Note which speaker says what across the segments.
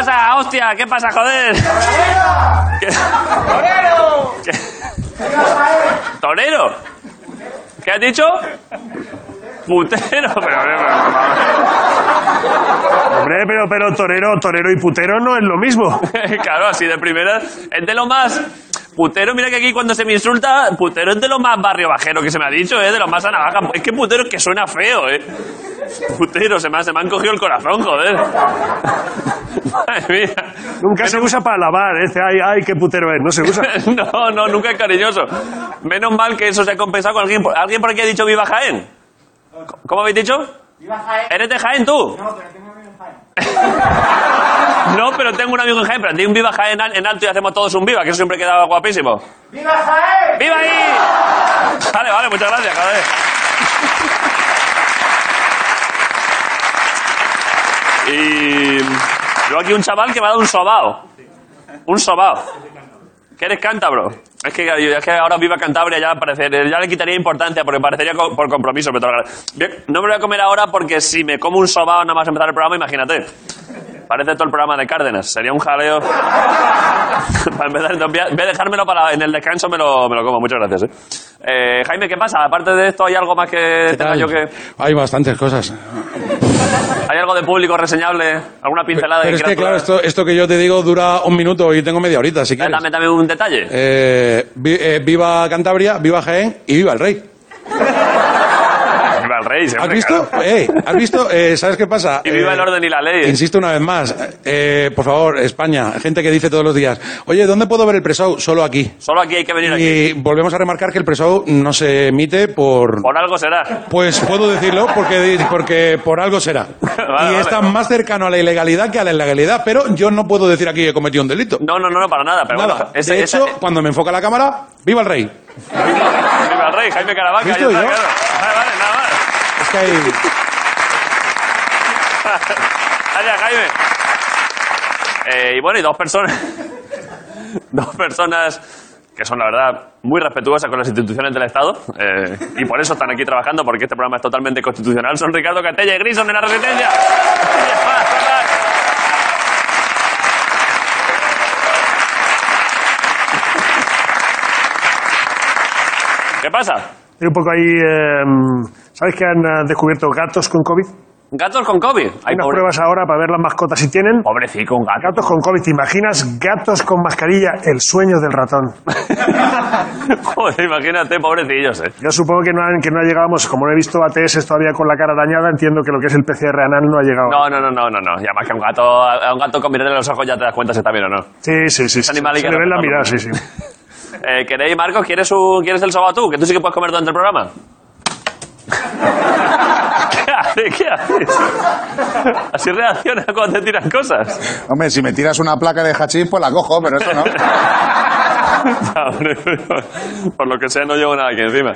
Speaker 1: Venga, ¿qué pasa, joder?
Speaker 2: ¡Torero!
Speaker 1: ¿Torero? ¿Qué has dicho? Putero, pero,
Speaker 3: Hombre, pero, pero torero, torero y putero no es lo mismo.
Speaker 1: pero- claro, así de primera. Es de lo más. Putero, mira que aquí cuando se me insulta, putero es de lo más barrio bajero que se me ha dicho, ¿eh? de lo más a navaja. Es que putero es que suena feo, ¿eh? Putero, se me, ha- se me han cogido el corazón, joder. Madre mía.
Speaker 3: Nunca se usa para alabar, ¿eh? Ay, ay, qué putero es, no se usa.
Speaker 1: No, no, nunca es cariñoso. Menos mal que eso se ha compensado con alguien. por- ¿Alguien por aquí ha dicho viva Jaén? ¿Cómo habéis dicho?
Speaker 2: ¡Viva Jaén!
Speaker 1: ¿Eres de Jaén tú?
Speaker 2: No, pero tengo un Jaén.
Speaker 1: No, pero tengo un amigo en Jaén, pero di un viva Jaén al- en alto y hacemos todos un viva, que eso siempre quedaba guapísimo.
Speaker 2: ¡Viva Jaén!
Speaker 1: ¡Viva ahí! Vale, vale, muchas gracias, joder. Y luego aquí un chaval que me ha dado un sobao. Un sobao. Que eres cántabro. Es que, es que ahora viva Cantabria ya parece- ya le quitaría importancia porque parecería co- por compromiso. Pero te lo agradezco. Bien, no me lo voy a comer ahora porque si me como un sobao nada más empezar el programa, imagínate. Parece todo el programa de Cárdenas. Sería un jaleo. para empezar, entonces voy a, voy a dejármelo para en el descanso me lo, me lo como. Muchas gracias. ¿eh? Eh, Jaime, ¿qué pasa? Aparte de esto, ¿hay algo más que tenga yo que...?
Speaker 4: Hay bastantes cosas.
Speaker 1: ¿Hay algo de público reseñable? ¿Alguna pincelada
Speaker 4: Pero
Speaker 1: de
Speaker 4: es que, claro,
Speaker 1: criatura?
Speaker 4: esto, esto que yo te digo dura un minuto y tengo media horita, si
Speaker 1: Eh,
Speaker 4: quieres.
Speaker 1: Dame, dame un detalle.
Speaker 4: Eh, vi- eh, viva Cantabria, viva Jaén y viva el rey.
Speaker 1: Viva el rey,
Speaker 4: ¿Has
Speaker 1: siempre,
Speaker 4: visto?
Speaker 1: claro.
Speaker 4: Eh, ¿Has visto? Eh, ¿Sabes qué pasa?
Speaker 1: Y viva
Speaker 4: Eh,
Speaker 1: el orden y la ley.
Speaker 4: Insisto una vez más, eh, por favor, España, gente que dice todos los días, oye, ¿dónde puedo ver el pre-show? Solo aquí.
Speaker 1: Solo aquí hay que venir aquí.
Speaker 4: Y volvemos a remarcar que el pre-show no se emite por...
Speaker 1: Por algo será.
Speaker 4: Pues puedo decirlo porque, di- porque por algo será.
Speaker 1: Vale,
Speaker 4: y
Speaker 1: vale.
Speaker 4: está más cercano a la ilegalidad que a la ilegalidad, pero yo no puedo decir aquí que cometí un delito.
Speaker 1: No, no, no, no, para nada. Pero
Speaker 4: Nada.
Speaker 1: bueno, ese-
Speaker 4: de
Speaker 1: ese-
Speaker 4: hecho, cuando me enfoca la cámara, ¡viva el rey!
Speaker 1: viva el rey, Jaime Caravaca.
Speaker 4: ¿Viste
Speaker 1: ya está,
Speaker 4: yo?
Speaker 1: claro. Vale, vale, nada más.
Speaker 4: Es que hay-
Speaker 1: Gracias, Jaime. Eh, y bueno, y dos personas. dos personas que son, la verdad, muy respetuosas con las instituciones del Estado. eh, y por eso están aquí trabajando, porque este programa es totalmente constitucional. Son Ricardo Catella y Grison en la Resistencia. ¿Qué pasa?
Speaker 3: Hay un poco ahí. eh, ¿Sabes que han eh, descubierto gatos con COVID? Hay
Speaker 1: ¿Gatos con COVID? Hay
Speaker 3: unas pruebas ahora para ver las mascotas si tienen.
Speaker 1: Pobrecito, un gato.
Speaker 3: Gatos con COVID, ¿te imaginas gatos con mascarilla? El sueño del ratón.
Speaker 1: Joder, imagínate, pobrecillos, eh.
Speaker 3: Yo supongo que no, han- que no ha llegado, vamos, como no he visto ATS todavía con la cara dañada, entiendo que lo que es el PCR anal no ha llegado.
Speaker 1: No, no, no, no, no, no. Y además que a un gato, a un gato con mirarle los ojos ya te das cuenta si está bien o no.
Speaker 3: Sí, sí, sí. sí.
Speaker 1: animal hay
Speaker 3: Se
Speaker 1: que
Speaker 3: le ve la
Speaker 1: respetarlo.
Speaker 3: mirada, sí, sí.
Speaker 1: Eh, ¿Queréis, Marcos? ¿Quieres, un- ¿Quieres el soba tú? Que tú sí que puedes comer durante el programa. ¿Qué haces? ¿Qué haces? Así reacciona cuando te tiran cosas.
Speaker 5: Hombre, si me tiras una placa de hachís, pues la cojo, pero esto no.
Speaker 1: Cabrón, Por lo que sea, no llevo nada aquí encima.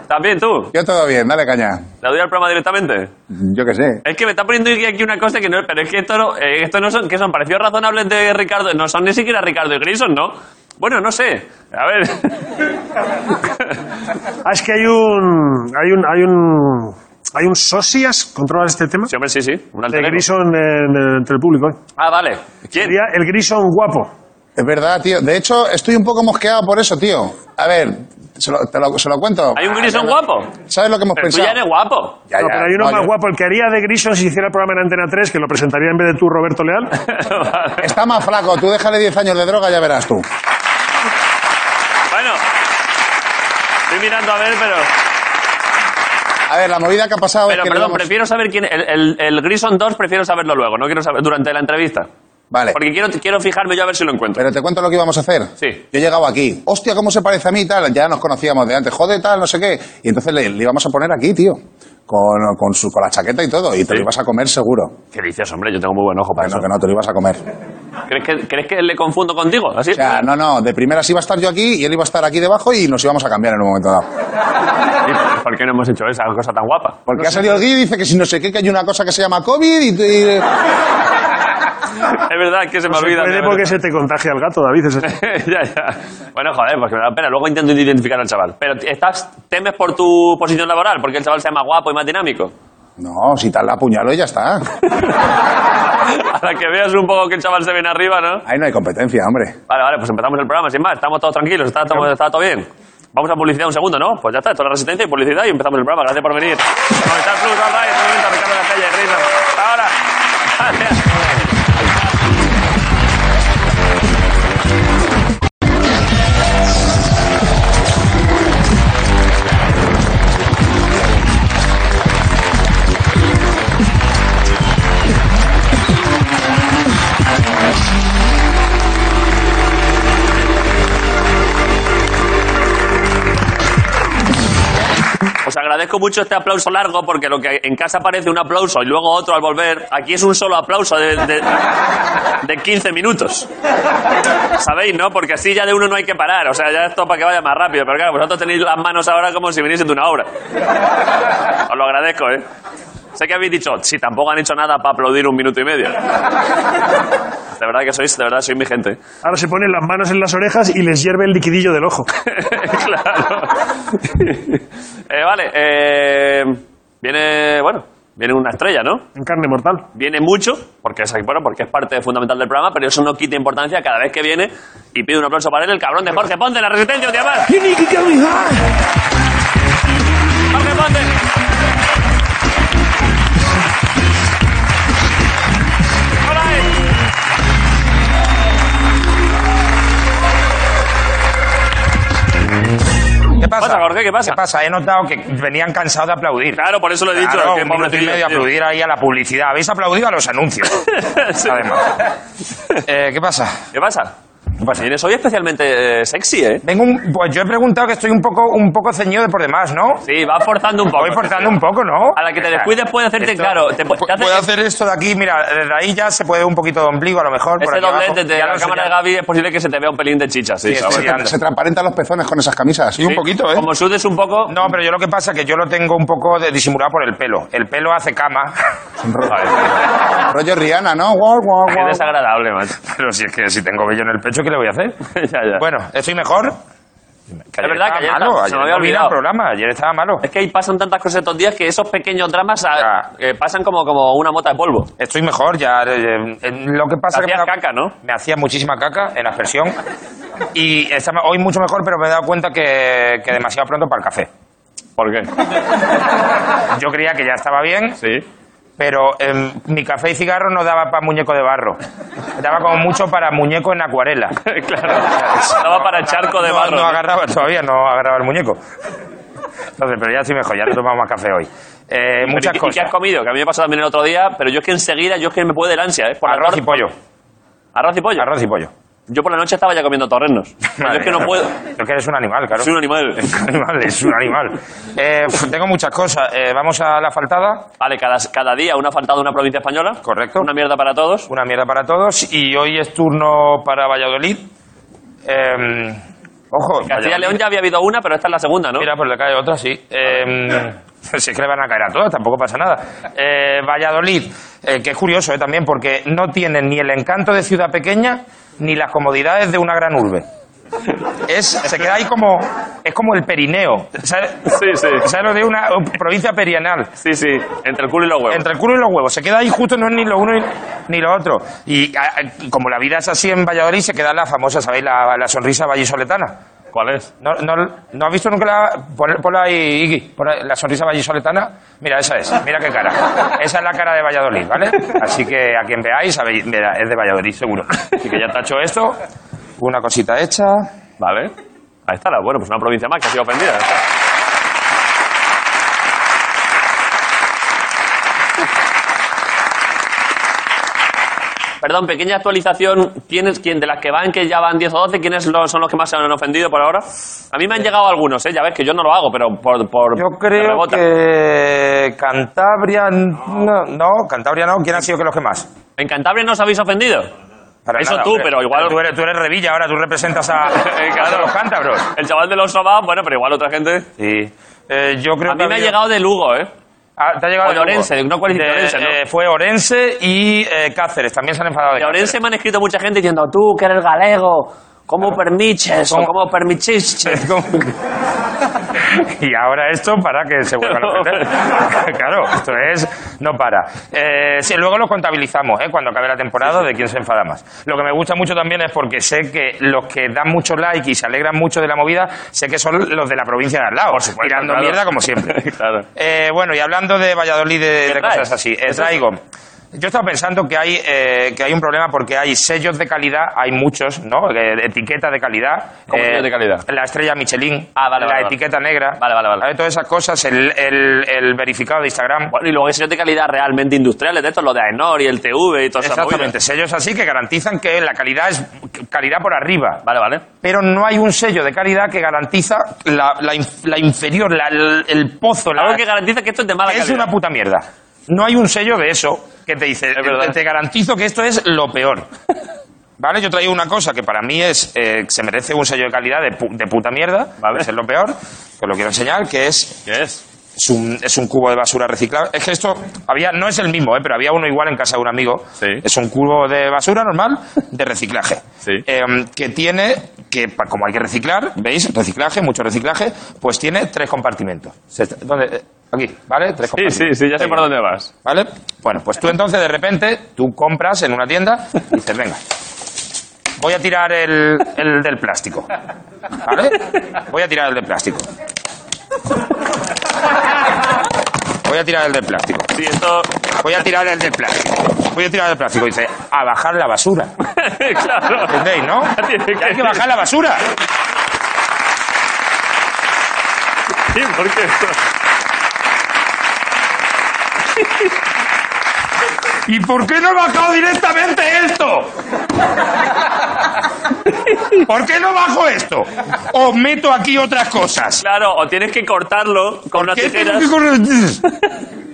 Speaker 1: También tú.
Speaker 5: Yo todo bien, dale caña.
Speaker 1: ¿La doy al programa directamente?
Speaker 5: Yo qué sé.
Speaker 1: Es que me está poniendo aquí una cosa que no. Pero es que esto no, eh, esto no son. que son? ¿Parecidos razonables de Ricardo? No son ni siquiera Ricardo y Grison, ¿no? Bueno, no sé. A ver.
Speaker 3: Ah, es que hay un. Hay un. Hay un. Hay un socias, ¿controlas este tema?
Speaker 1: Sí, hombre, sí, sí. Un
Speaker 3: El
Speaker 1: alter ego.
Speaker 3: Grison en- en- entre el público. ¿eh?
Speaker 1: Ah, vale. ¿Quién?
Speaker 3: Sería el Grison guapo.
Speaker 5: Es verdad, tío. De hecho, estoy un poco mosqueado por eso, tío. A ver, se lo, te lo- se lo cuento.
Speaker 1: Hay un Grison guapo.
Speaker 5: ¿Sabes lo que hemos
Speaker 1: Pero tú
Speaker 5: pensado?
Speaker 1: ya eres guapo.
Speaker 5: Ya,
Speaker 3: No,
Speaker 5: ya.
Speaker 3: pero hay uno
Speaker 5: No,
Speaker 3: más
Speaker 5: yo-
Speaker 3: guapo, el que haría de Grison si hiciera el programa en Antena 3, que lo presentaría en vez de tú, Roberto Leal.
Speaker 1: Vale.
Speaker 5: Está más flaco. Tú déjale 10 años de droga, ya verás tú.
Speaker 1: Bueno. Estoy mirando a ver, pero.
Speaker 5: A ver, la movida que ha pasado
Speaker 1: Pero
Speaker 5: es que...
Speaker 1: perdón,
Speaker 5: nos vamos-
Speaker 1: prefiero saber quién. El, el, el Grison 2 prefiero saberlo luego, no quiero saber durante la entrevista.
Speaker 5: Vale.
Speaker 1: Porque quiero, quiero fijarme yo a ver si lo encuentro.
Speaker 5: Pero te cuento lo que íbamos a hacer.
Speaker 1: Sí.
Speaker 5: Yo he llegado aquí. Hostia, ¿cómo se parece a mí? y Tal. Ya nos conocíamos de antes. Joder, tal, no sé qué. Y entonces le, le íbamos a poner aquí, tío. Con, con, su, con la chaqueta y todo. Y te
Speaker 1: Sí.
Speaker 5: lo ibas a comer seguro.
Speaker 1: ¿Qué dices, hombre? Yo tengo muy buen ojo para
Speaker 5: Pues Bueno,
Speaker 1: eso.
Speaker 5: que no, te lo ibas a comer.
Speaker 1: ¿Crees que, ¿Crees que le confundo contigo? ¿Así?
Speaker 5: O sea, no, no. De primeras iba a estar yo aquí y él iba a estar aquí debajo y nos íbamos a cambiar en un momento dado.
Speaker 1: ¿Y ¿Por qué no hemos hecho esa cosa tan guapa?
Speaker 5: Porque ha salido el guía y dice que si no sé qué, que hay una cosa que se llama COVID y... y-
Speaker 1: Es verdad que se me
Speaker 3: Se
Speaker 1: olvida.
Speaker 3: puede
Speaker 1: tío.
Speaker 3: porque se te contagia el gato, David. ese-
Speaker 1: ya, ya. Bueno, joder, pues que me da pena. Luego intento identificar al chaval. Pero t- estás, temes por tu posición laboral, porque el chaval sea más guapo y más dinámico.
Speaker 5: No, si tal la apuñalo y ya está.
Speaker 1: Para que veas un poco que el chaval se viene arriba, ¿no?
Speaker 5: Ahí no hay competencia, hombre.
Speaker 1: Vale, vale, pues empezamos el programa, sin más. Estamos todos tranquilos, está, estamos- está todo bien. Vamos a publicidad un segundo, ¿no? Pues ya está, esto es la resistencia y publicidad y empezamos el programa. Gracias por venir. Conectar Plus, All Right, Todo Momento, Ricardo Castella y Risa. Hasta ahora. Gracias. Os agradezco mucho este aplauso largo porque lo que en casa parece un aplauso y luego otro al volver, aquí es un solo aplauso de, de, de 15 minutos. ¿Sabéis, no? Porque así ya de uno no hay que parar. O sea, ya esto para que vaya más rápido. Pero claro, vosotros tenéis las manos ahora como si viniese de una obra. Os lo agradezco, ¿eh? Sé que habéis dicho, si tampoco han hecho nada para aplaudir un minuto y medio. De verdad que sois, de verdad sois mi gente.
Speaker 3: Ahora se ponen las manos en las orejas y les hierve el liquidillo del ojo.
Speaker 1: claro. Eh, vale, eh, viene, bueno, viene una estrella, ¿no?
Speaker 3: En carne mortal.
Speaker 1: Viene mucho, porque es, bueno, porque es parte fundamental del programa, pero eso no quita importancia cada vez que viene y pide un aplauso para él, el cabrón de Jorge Ponte, la resistencia, un día más. Jorge Ponte. Hola, eh.
Speaker 6: ¿Qué pasa?
Speaker 1: Pasa, Jorge, ¿qué pasa?
Speaker 6: ¿Qué pasa? He notado que venían cansados de aplaudir.
Speaker 1: Claro, por eso lo he dicho.
Speaker 6: Claro,
Speaker 1: que
Speaker 6: un minuto y
Speaker 1: pobrecillo,
Speaker 6: medio
Speaker 1: tío.
Speaker 6: aplaudir ahí a la publicidad. Habéis aplaudido a los anuncios,
Speaker 1: Sí.
Speaker 6: además. Eh, ¿Qué pasa?
Speaker 1: ¿Qué pasa?
Speaker 6: ¿Qué pasa?
Speaker 1: Vienes hoy especialmente eh, sexy, ¿eh?
Speaker 6: Vengo un- pues yo he preguntado que estoy un poco, un poco ceñido de por demás, ¿no?
Speaker 1: Sí, vas forzando un poco.
Speaker 6: Voy forzando un poco, ¿no?
Speaker 1: A la que te descuides puede hacerte,
Speaker 6: Esto-
Speaker 1: claro, te, pu- te
Speaker 6: Pu-
Speaker 1: hace-
Speaker 6: Puedo hacer esto de aquí, mira, desde ahí ya se puede ver un poquito de ombligo a lo mejor. por
Speaker 1: Este
Speaker 6: aquí abajo.
Speaker 1: doblete de
Speaker 6: Ya
Speaker 1: la
Speaker 6: lo
Speaker 1: cámara de
Speaker 6: señal-
Speaker 1: Gaby es posible que se te vea un pelín de chicha, sí,
Speaker 6: Sí,
Speaker 1: ¿sabes?
Speaker 6: sí, sí.
Speaker 5: Se transparentan los pezones con esas camisas.
Speaker 6: un poquito, ¿eh?
Speaker 1: Como sudes un poco...
Speaker 6: No, pero yo lo que pasa es que yo lo tengo un poco de- disimulado por el pelo. El pelo hace cama.
Speaker 5: Rollo Rihanna, ¿no? Guau, guau,
Speaker 1: Qué
Speaker 5: guau.
Speaker 1: desagradable, macho.
Speaker 6: Pero si es que si tengo vello en el pecho, ¿qué le voy a hacer?
Speaker 1: Ya, ya.
Speaker 6: Bueno, ¿estoy mejor? Que
Speaker 1: verdad que
Speaker 6: estaba
Speaker 1: ayer
Speaker 6: malo,
Speaker 1: estaba- se me había
Speaker 6: ayer no vine
Speaker 1: olvidado.
Speaker 6: al programa, ayer estaba malo.
Speaker 1: Es que ahí pasan tantas cosas estos días que esos pequeños dramas ah,
Speaker 6: Ya.
Speaker 1: eh, pasan como, como una mota de polvo.
Speaker 6: Estoy mejor, ya. eh, eh, lo que pasa
Speaker 1: Te
Speaker 6: es que.
Speaker 1: hacías
Speaker 6: da-
Speaker 1: caca, ¿no?
Speaker 6: Me hacía muchísima caca en la aspersión. Y estaba hoy mucho mejor, pero me he dado cuenta que, que demasiado pronto para el café.
Speaker 1: ¿Por qué?
Speaker 6: Yo creía que ya estaba bien,
Speaker 1: Sí.
Speaker 6: pero eh, mi café y cigarro no daba para muñeco de barro. Daba como mucho para muñeco en acuarela.
Speaker 1: claro. Estaba para el charco de
Speaker 6: no,
Speaker 1: barro.
Speaker 6: No agarraba todavía, no agarraba el muñeco. Entonces, pero ya estoy mejor, ya no tomamos más café hoy. Eh,
Speaker 1: Pero ¿y,
Speaker 6: muchas
Speaker 1: qué- ¿Y qué
Speaker 6: cosas.
Speaker 1: has comido? Que a mí me pasó también el otro día, pero yo es que enseguida, yo es que me puede el ansia, ¿eh? Por la
Speaker 6: Arroz y
Speaker 1: tor-
Speaker 6: pollo.
Speaker 1: Arroz y pollo.
Speaker 6: Arroz y pollo.
Speaker 1: Yo por la noche estaba ya comiendo torrenos. yo es que no puedo.
Speaker 6: Es que eres un animal, claro.
Speaker 1: Soy un animal.
Speaker 6: Es un animal, es un animal. Eh, pf, tengo muchas cosas. Eh, vamos a la faltada.
Speaker 1: Vale, cada, cada día una faltada de una provincia española.
Speaker 6: Correcto.
Speaker 1: Una mierda para todos.
Speaker 6: Una mierda para todos. Y hoy es turno para Valladolid. Eh, ojo.
Speaker 1: Castilla y
Speaker 6: Valladolid.
Speaker 1: León ya había habido una, pero esta es la segunda, ¿no?
Speaker 6: Mira, pues le cae otra, sí. Eh, si es que le van a caer a todas, tampoco pasa nada. Eh, Valladolid, eh, que es curioso eh, también, porque no tienen ni el encanto de ciudad pequeña ni las comodidades de una gran urbe. Es, se queda ahí como, es como el perineo. ¿Sabes?
Speaker 1: Sí, sí.
Speaker 6: ¿Sabes lo de una provincia perianal?
Speaker 1: Sí, sí. Entre el culo y los huevos.
Speaker 6: Entre el culo y los huevos. Se queda ahí justo, no es ni lo uno ni, ni lo otro. Y ah, ah, como la vida es así en Valladolid, se queda la famosa, ¿sabéis? La, la sonrisa vallisoletana.
Speaker 1: ¿Cuál es?
Speaker 6: ¿No, no, no has visto nunca la... pon- Ponla ahí, Iggy. pon ahí la sonrisa vallisoletana. Mira, esa es. Mira qué cara. Esa es la cara de Valladolid, ¿vale? Así que a quien veáis, sabéis, mira, es de Valladolid, seguro. Así que ya tacho esto. Una cosita hecha.
Speaker 1: Vale. Ahí está la. Bueno, pues una provincia más que ha sido ofendida. ya está. Perdón, pequeña actualización. ¿Quién es quién? De las que van, que ya van 10 o 12, ¿quiénes lo- son los que más se han ofendido por ahora? A mí me han llegado algunos, ¿eh? Ya ves que yo no lo hago, pero por. por
Speaker 6: Yo
Speaker 1: de
Speaker 6: creo
Speaker 1: rebota.
Speaker 6: que Cantabria... No, no, Cantabria no. ¿Quién ha sido que los que más?
Speaker 1: ¿En Cantabria no os habéis ofendido?
Speaker 6: Para
Speaker 1: Eso
Speaker 6: nada,
Speaker 1: tú,
Speaker 6: hombre.
Speaker 1: pero igual-
Speaker 6: Tú eres, tú eres Revilla ahora, tú representas a,
Speaker 1: Eh, claro.
Speaker 6: a los cántabros.
Speaker 1: El chaval de los sobaos, bueno, pero igual otra gente.
Speaker 6: Sí. Eh, yo creo
Speaker 1: A
Speaker 6: que
Speaker 1: mí me ha
Speaker 6: había-
Speaker 1: llegado de Lugo, ¿eh?
Speaker 6: Ah, ¿Te ha llegado
Speaker 1: O de
Speaker 6: el grupo?
Speaker 1: Orense, no cuál es de Orense, ¿no?
Speaker 6: eh, fue Orense y eh, Cáceres, también se han enfadado de,
Speaker 1: De Orense
Speaker 6: Cáceres.
Speaker 1: me han escrito mucha gente diciendo, tú que eres galego, ¿cómo permiches? ¿Cómo,
Speaker 6: ¿Cómo?
Speaker 1: ¿Cómo permichiste?
Speaker 6: ¿Cómo? y ahora esto para que se vuelvan a meter. claro, esto es, no para. Eh, sí, luego lo contabilizamos, ¿eh? cuando acabe la temporada, de quién se enfada más. Lo que me gusta mucho también es porque sé que los que dan mucho like y se alegran mucho de la movida, sé que son los de la provincia de al lado, tirando
Speaker 1: claro.
Speaker 6: mierda como siempre.
Speaker 1: Claro.
Speaker 6: Eh, bueno, y hablando de Valladolid, de, de
Speaker 1: traes?
Speaker 6: cosas así, eh,
Speaker 1: ¿Es
Speaker 6: traigo. Yo estaba pensando que hay, eh, que hay un problema porque hay sellos de calidad, hay muchos, ¿no? Eh, Etiquetas de calidad. eh,
Speaker 1: ¿Cómo sellos de calidad?
Speaker 6: La estrella Michelin,
Speaker 1: Ah, vale,
Speaker 6: la
Speaker 1: vale, vale.
Speaker 6: etiqueta negra.
Speaker 1: Vale, vale, vale.
Speaker 6: ¿sabes? Todas esas cosas, el, el- el verificado de Instagram.
Speaker 1: Bueno, pues y luego hay sellos de calidad realmente industriales, de estos, los de AENOR y el TV y todas esas
Speaker 6: Exactamente,
Speaker 1: movidas.
Speaker 6: sellos así que garantizan que la calidad es calidad por arriba.
Speaker 1: Vale, vale.
Speaker 6: Pero no hay un sello de calidad que garantiza la, la inf- la inferior, la- el, el pozo, la,
Speaker 1: Algo que garantiza que esto es de mala
Speaker 6: es
Speaker 1: calidad.
Speaker 6: una puta mierda. No hay un sello de eso que te dice,
Speaker 1: verdad.
Speaker 6: te garantizo que esto es lo peor. Vale, yo traigo una cosa que para mí es, eh, se merece un sello de calidad de, pu- de puta mierda, vale, es lo peor, que os lo quiero enseñar, que es,
Speaker 1: ¿Qué es?
Speaker 6: es, un, es un cubo de basura reciclable. Es que esto había, no es el mismo, eh, pero había uno igual en casa de un amigo.
Speaker 1: Sí.
Speaker 6: Es un cubo de basura normal de reciclaje.
Speaker 1: Sí.
Speaker 6: Eh, que tiene, que pa- como hay que reciclar, ¿veis? Reciclaje, mucho reciclaje, pues tiene tres compartimentos. Se está- ¿Dónde? Eh, Aquí, ¿vale? Tres
Speaker 1: Sí, sí,
Speaker 6: compartimentos.
Speaker 1: sí, ya sé
Speaker 6: Ahí.
Speaker 1: por dónde vas.
Speaker 6: ¿Vale? Bueno, pues tú entonces de repente, tú compras en una tienda y dices, venga, voy a tirar el, el del plástico. ¿Vale? Voy a tirar el del plástico. Voy a tirar el del plástico.
Speaker 1: Sí, esto.
Speaker 6: Voy a tirar el del plástico. Voy a tirar el del plástico. Dice, a bajar la basura.
Speaker 1: claro.
Speaker 6: ¿Entendéis, no?
Speaker 1: Tiene que-
Speaker 6: Que hay que bajar la basura.
Speaker 1: Sí, porque esto.
Speaker 6: ¿Y por qué no he bajado directamente esto? ¿Por qué no bajo esto? O meto aquí otras cosas.
Speaker 1: Claro, o tienes que cortarlo con unas
Speaker 6: ¿Qué tengo
Speaker 1: tijeras.
Speaker 6: que correr?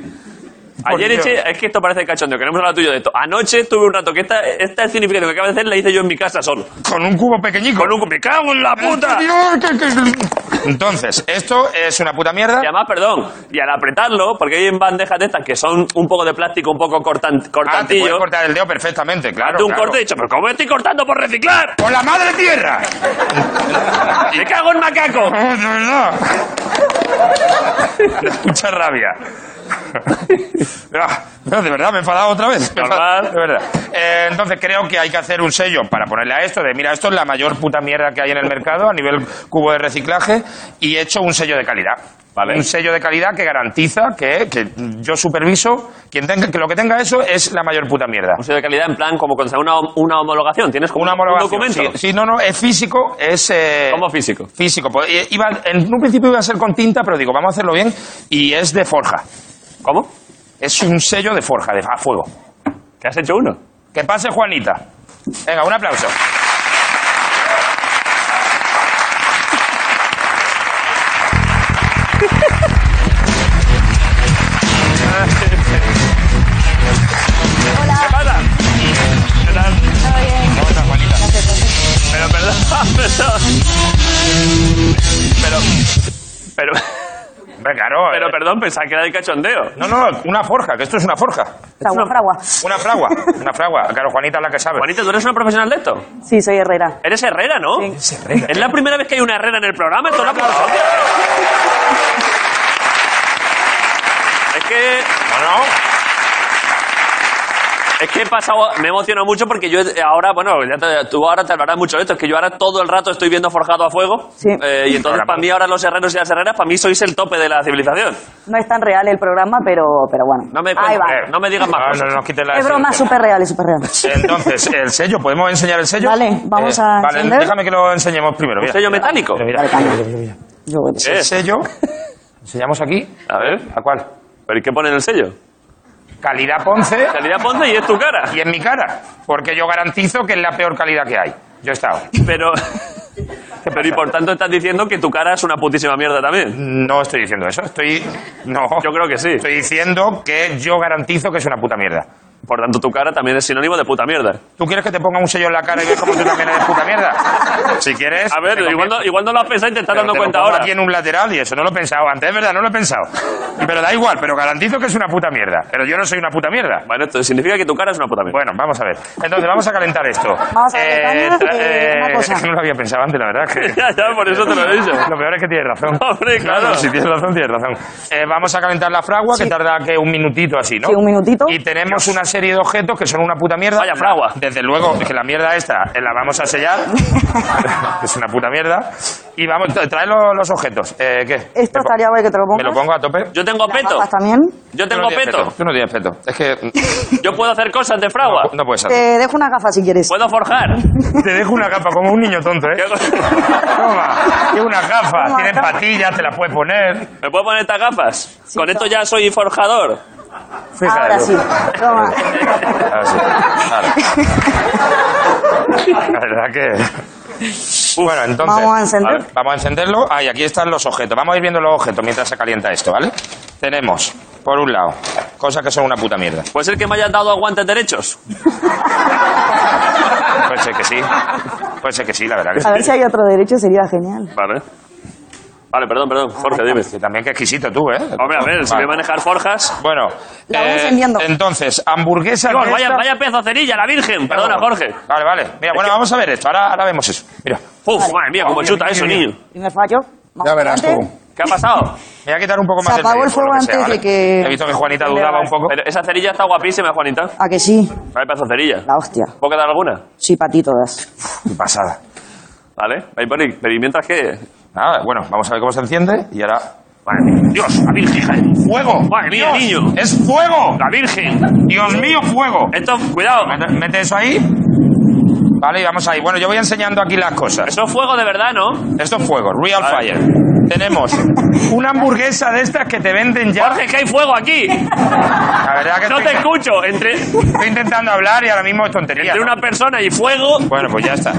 Speaker 1: Ayer
Speaker 6: Por Dios.
Speaker 1: eché, es que esto parece cachondeo, que no hemos hablado tuyo de esto. Anoche tuve un rato que esta, esta significación que acabas de hacer la hice yo en mi casa solo.
Speaker 6: Con un cubo pequeñico.
Speaker 1: Con un me cago en la puta. Y
Speaker 6: Dios, que- que- Entonces, esto es una puta mierda. Ah,
Speaker 1: además, perdón, y al apretarlo, porque hay en bandejas de estas que son un poco de plástico, un poco cortan,
Speaker 6: Ah, te puedes
Speaker 1: cortantillo.
Speaker 6: cortar el dedo perfectamente, claro.
Speaker 1: hazte un
Speaker 6: claro.
Speaker 1: corte y he dicho, pero ¿cómo estoy cortando por reciclar?
Speaker 6: ¡Por la madre tierra!
Speaker 1: ¡Me cago en macaco!
Speaker 6: Oh, de verdad. Me da Mucha rabia. Ah, no, de verdad, me he enfadado otra vez. Me he enfadado,
Speaker 1: Normal.
Speaker 6: De verdad. Eh, entonces creo que hay que hacer un sello para ponerle a esto de, mira, esto es la mayor puta mierda que hay en el mercado a nivel cubo de reciclaje y he hecho un sello de calidad.
Speaker 1: Vale.
Speaker 6: Un sello de calidad que garantiza que, que yo superviso quien tenga, que lo que tenga eso es la mayor puta mierda.
Speaker 1: Un sello de calidad en plan como contra una, una homologación. Tienes como
Speaker 6: Una
Speaker 1: un-
Speaker 6: homologación.
Speaker 1: un documento.
Speaker 6: Sí, sí, no, no, es físico, es... eh,
Speaker 1: ¿Cómo físico?
Speaker 6: Físico. Pues, eh, iba- en un principio iba a ser con tinta, pero digo, vamos a hacerlo bien. Y es de forja.
Speaker 1: ¿Cómo?
Speaker 6: Es un sello de forja, de, a fuego.
Speaker 1: ¿Que has hecho uno?
Speaker 6: Que pase Juanita. Venga, un aplauso.
Speaker 1: ¿Qué pasa? ¿Qué tal? ¿Cómo estás, Juanita? Pero perdón, perdón. Pero. Pero,
Speaker 6: Hombre, claro.
Speaker 1: pero
Speaker 6: eh,
Speaker 1: perdón, pensaba que era del cachondeo.
Speaker 6: No, no, una forja, que esto es una forja.
Speaker 7: Fragua, fragua.
Speaker 6: Una fragua, una fragua. Claro, Juanita es la que sabe.
Speaker 1: Juanita, ¿tú eres una profesional de esto?
Speaker 7: Sí, soy Herrera.
Speaker 1: Eres herrera, ¿no? Es la primera vez que hay una herrera en el programa. Esto es una puta hostia. Es que.
Speaker 6: No, no.
Speaker 1: Es que he pasado, me he emocionado mucho porque yo ahora, bueno, ya te- tú ahora te hablarás mucho de esto, es que yo ahora todo el rato estoy viendo forjado a fuego.
Speaker 7: Sí.
Speaker 1: Eh, y entonces,
Speaker 6: Ahora
Speaker 1: para mí, ahora los herreros y las herreras, para mí sois el tope de la civilización.
Speaker 7: No es tan real el programa, pero, pero bueno.
Speaker 1: No me,
Speaker 7: Ahí va.
Speaker 1: no me digas más
Speaker 6: eh, Ah, No,
Speaker 1: cosas.
Speaker 6: no, no, quiten la
Speaker 7: Es broma
Speaker 6: escena.
Speaker 7: súper real, es súper real.
Speaker 6: Entonces, el sello, ¿podemos enseñar el sello? Eh,
Speaker 7: Vale, vamos a
Speaker 6: Vale,
Speaker 7: encender.
Speaker 6: déjame que lo enseñemos primero.
Speaker 1: ¿Un
Speaker 6: mira.
Speaker 1: sello metálico?
Speaker 6: Mira,
Speaker 7: Dale,
Speaker 6: mira.
Speaker 7: caña. Yo voy.
Speaker 1: ¿Qué
Speaker 6: El
Speaker 1: es?
Speaker 6: sello, enseñamos aquí.
Speaker 1: A ver,
Speaker 6: ¿A cuál?
Speaker 1: ¿pero y qué pone en el sello?
Speaker 6: Calidad Ponce
Speaker 1: Calidad Ponce y es tu cara.
Speaker 6: y en mi cara. Porque yo garantizo que es la peor calidad que hay. Yo he estado.
Speaker 1: Pero, pero y por tanto estás diciendo que tu cara es una putísima mierda también.
Speaker 6: No estoy diciendo eso. Estoy. No.
Speaker 1: Yo creo que sí.
Speaker 6: Estoy diciendo que yo garantizo que es una puta mierda.
Speaker 1: Por tanto, tu cara también es sinónimo de puta mierda.
Speaker 6: ¿Tú quieres que te ponga un sello en la cara y veas como tú también eres puta mierda? Si quieres.
Speaker 1: A ver,
Speaker 6: te
Speaker 1: igual no, igual no lo has pensado y te estás
Speaker 6: Pero
Speaker 1: dando
Speaker 6: te lo
Speaker 1: cuenta
Speaker 6: pongo
Speaker 1: ahora.
Speaker 6: Aquí en un lateral y eso no lo he pensado antes, es verdad, no lo he pensado. Pero da igual, pero garantizo que es una puta mierda. Pero yo no soy una puta mierda.
Speaker 1: Bueno, esto significa que tu cara es una puta mierda.
Speaker 6: Bueno, vamos a ver. Entonces, vamos a calentar esto.
Speaker 7: Vamos a calentar,
Speaker 6: tra-
Speaker 7: eh, una cosa.
Speaker 6: Es que no lo había pensado antes, la verdad. que-
Speaker 1: ya, ya, por eso te lo he dicho.
Speaker 6: Lo peor es que tienes razón.
Speaker 1: Hombre, claro.
Speaker 6: si tienes razón, tienes razón. Eh, vamos a calentar la fragua, que tarda que un minutito así, ¿no?
Speaker 7: Sí, un minutito.
Speaker 6: Y tenemos una serie de objetos que son una puta mierda.
Speaker 1: Vaya fragua.
Speaker 6: Desde luego, que la mierda esta eh, la vamos a sellar. es una puta mierda. Y vamos, tra- trae los, los objetos. Eh, ¿Qué?
Speaker 7: Esto
Speaker 6: Me po-
Speaker 7: estaría guay que te lo
Speaker 6: ¿Me
Speaker 7: pongas.
Speaker 6: lo pongo a tope?
Speaker 1: Yo tengo
Speaker 7: Las
Speaker 1: peto.
Speaker 7: gafas también.
Speaker 1: Yo
Speaker 6: Tú
Speaker 1: tengo
Speaker 6: no tienes
Speaker 1: peto.
Speaker 6: Tú no tienes peto. Es que
Speaker 1: Yo puedo hacer cosas de fragua.
Speaker 6: no, no puedes hacer.
Speaker 7: Te dejo una gafa si quieres.
Speaker 1: Puedo forjar.
Speaker 6: Te dejo una capa como un niño tonto, ¿eh? Toma, tiene unas gafas,
Speaker 7: Toma,
Speaker 6: tiene
Speaker 7: toma.
Speaker 6: patillas, te las puedes poner.
Speaker 1: ¿Me puedo poner estas gafas? Con esto ya soy forjador.
Speaker 6: Fíjate
Speaker 7: Ahora
Speaker 6: tú.
Speaker 7: sí. Toma.
Speaker 6: Ahora sí. Ahora. Ah, La verdad que. Bueno, entonces.
Speaker 7: Vamos a encender.
Speaker 6: ver, vamos a encenderlo. Ah, y aquí están los objetos. Vamos a ir viendo los objetos mientras se calienta esto, ¿vale? Tenemos, por un lado, cosas que son una puta mierda.
Speaker 1: Puede ser que me hayas dado aguantes derechos.
Speaker 6: Puede ser que sí. Puede ser que sí, la verdad que sí.
Speaker 7: A ver si hay otro derecho, sería genial.
Speaker 1: Vale. Vale, perdón, perdón. Jorge, dime.
Speaker 6: Que también que exquisito tú, ¿eh?
Speaker 1: Hombre, a ver, si voy
Speaker 6: Vale.
Speaker 1: a manejar forjas.
Speaker 6: Bueno. eh,
Speaker 7: La vamos encendiendo.
Speaker 6: Entonces, hamburguesas.
Speaker 1: Dios,
Speaker 6: de
Speaker 1: vaya,
Speaker 6: estas-
Speaker 1: vaya pedazo de cerilla, la virgen. Perdona, Jorge.
Speaker 6: Vale, vale. Mira, bueno, vamos a ver esto. Ahora, ahora vemos eso. Mira.
Speaker 1: Uf, madre mía, cómo
Speaker 6: Oye,
Speaker 1: chuta
Speaker 6: qué
Speaker 1: eso,
Speaker 6: bien.
Speaker 1: niño.
Speaker 7: Primer fallo. Más
Speaker 5: Ya verás tú.
Speaker 7: adelante.
Speaker 1: ¿Qué ha pasado?
Speaker 6: Me voy a quitar un poco
Speaker 7: Se
Speaker 6: más
Speaker 7: apagó el
Speaker 6: medio, por lo
Speaker 7: fuego antes
Speaker 6: ¿vale?
Speaker 7: de que-
Speaker 6: He visto que Juanita
Speaker 7: que
Speaker 6: dudaba
Speaker 7: le
Speaker 6: un poco.
Speaker 1: Pero esa cerilla está guapísima, Juanita.
Speaker 7: ¿A que sí?
Speaker 1: Vale, pedazo de cerilla.
Speaker 7: La hostia.
Speaker 1: ¿Puedo quedar alguna?
Speaker 7: Sí, para ti todas.
Speaker 6: Qué pasada.
Speaker 1: Vale. Ahí, por ahí. Pero y mientras que...
Speaker 6: Nada, bueno, vamos a ver cómo se enciende y ahora.
Speaker 1: Madre mía. Dios, la virgen. hija de-
Speaker 6: ¡Fuego!
Speaker 1: Madre mía,
Speaker 6: ¡Dios!
Speaker 1: niño.
Speaker 6: ¡Es fuego!
Speaker 1: La virgen.
Speaker 6: ¡Dios mío, fuego!
Speaker 1: Esto, cuidado.
Speaker 6: Mete, mete eso ahí. Vale, y vamos ahí. Bueno, yo voy enseñando aquí las cosas.
Speaker 1: Eso es fuego de verdad, ¿no?
Speaker 6: Esto es fuego, real
Speaker 1: Vale.
Speaker 6: fire. Tenemos una hamburguesa de estas que te venden ya.
Speaker 1: Jorge, que hay fuego aquí.
Speaker 6: La verdad que
Speaker 1: No
Speaker 6: estoy,
Speaker 1: te escucho. Entre,
Speaker 6: estoy intentando hablar y ahora mismo es tontería.
Speaker 1: entre
Speaker 6: ¿no?
Speaker 1: una persona y fuego.
Speaker 6: Bueno, pues ya está.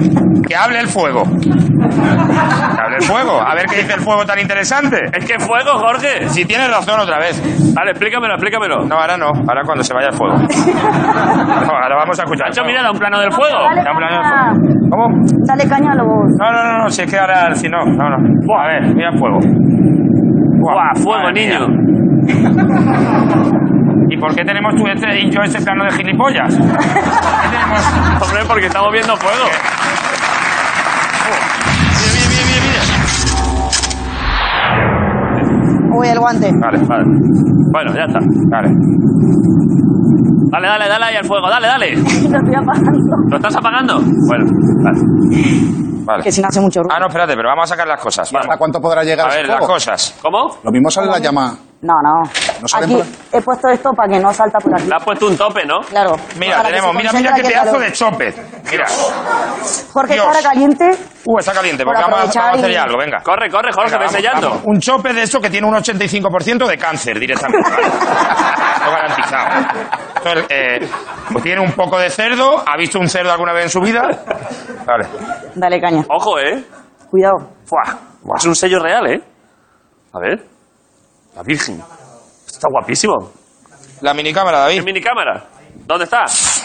Speaker 6: Que hable el fuego. Que hable el fuego. A ver qué dice el fuego tan interesante.
Speaker 1: Es que fuego, Jorge.
Speaker 6: Si tienes razón otra vez.
Speaker 1: Vale, explícamelo, explícamelo.
Speaker 6: No, ahora no. Ahora cuando se vaya el fuego. No, ahora vamos a escuchar. el
Speaker 1: Nacho,
Speaker 6: fuego.
Speaker 1: mira, da un plano del fuego.
Speaker 7: Dale
Speaker 6: Ya hablamos.
Speaker 7: caña.
Speaker 6: ¿Cómo?
Speaker 7: Dale caña a los...
Speaker 6: No, no, no, no, si es que ahora si no, no, no. Buah, a ver, mira el fuego. Buah,
Speaker 1: Buah, fuego,
Speaker 6: madre mía.
Speaker 1: niño.
Speaker 6: ¿Y por qué tenemos tú este y yo este plano de gilipollas? ¿Qué tenemos?
Speaker 1: Hombre, porque estamos viendo fuego.
Speaker 7: Uy, el guante.
Speaker 1: Vale, vale. Bueno, ya está.
Speaker 6: Vale.
Speaker 1: Dale, dale, dale ahí al fuego. Dale, dale.
Speaker 7: Lo estoy apagando.
Speaker 1: ¿Lo estás apagando? Bueno, vale.
Speaker 6: Vale.
Speaker 7: Que si no hace mucho ruido.
Speaker 6: Ah, no, espérate, pero vamos a sacar las cosas. Vamos.
Speaker 5: ¿Hasta cuánto podrá llegar
Speaker 6: A ver,
Speaker 5: ese
Speaker 6: las
Speaker 7: Pues,
Speaker 5: fuego?
Speaker 6: cosas.
Speaker 1: ¿Cómo?
Speaker 5: Lo mismo sale la llama.
Speaker 7: No, no.
Speaker 5: No salen
Speaker 7: Aquí he puesto esto para que no salta por aquí.
Speaker 1: Le has puesto un tope, ¿no?
Speaker 7: Claro.
Speaker 6: Mira,
Speaker 7: Para que
Speaker 6: tenemos,
Speaker 7: se
Speaker 6: mira,
Speaker 7: concentre
Speaker 6: mira qué
Speaker 7: aquí el
Speaker 6: pedazo
Speaker 7: calor.
Speaker 6: de chope. Mira.
Speaker 7: Jorge,
Speaker 6: Dios.
Speaker 7: cara caliente.
Speaker 6: Uh, está caliente,
Speaker 7: Por
Speaker 6: porque vamos, a- vamos a
Speaker 7: aprovechar
Speaker 6: hacer
Speaker 7: y-
Speaker 6: ya algo, venga.
Speaker 1: Corre, corre, Jorge,
Speaker 6: Venga,
Speaker 1: ve
Speaker 6: vamos,
Speaker 1: sellando.
Speaker 6: vamos. Un chope de esto que tiene un 85% de cáncer directamente. Lo garantizado. Entonces, eh, pues tiene un poco de cerdo. ¿Ha visto un cerdo alguna vez en su vida? Vale.
Speaker 7: Dale caña.
Speaker 1: Ojo, ¿eh?
Speaker 7: Cuidado.
Speaker 1: Fuah.
Speaker 6: Buah.
Speaker 1: Es un sello real, ¿eh? A ver. La Virgen. Está guapísimo.
Speaker 6: La minicámara,
Speaker 1: ¿Qué
Speaker 6: David.
Speaker 1: minicámara? ¿Dónde está?
Speaker 6: Uf,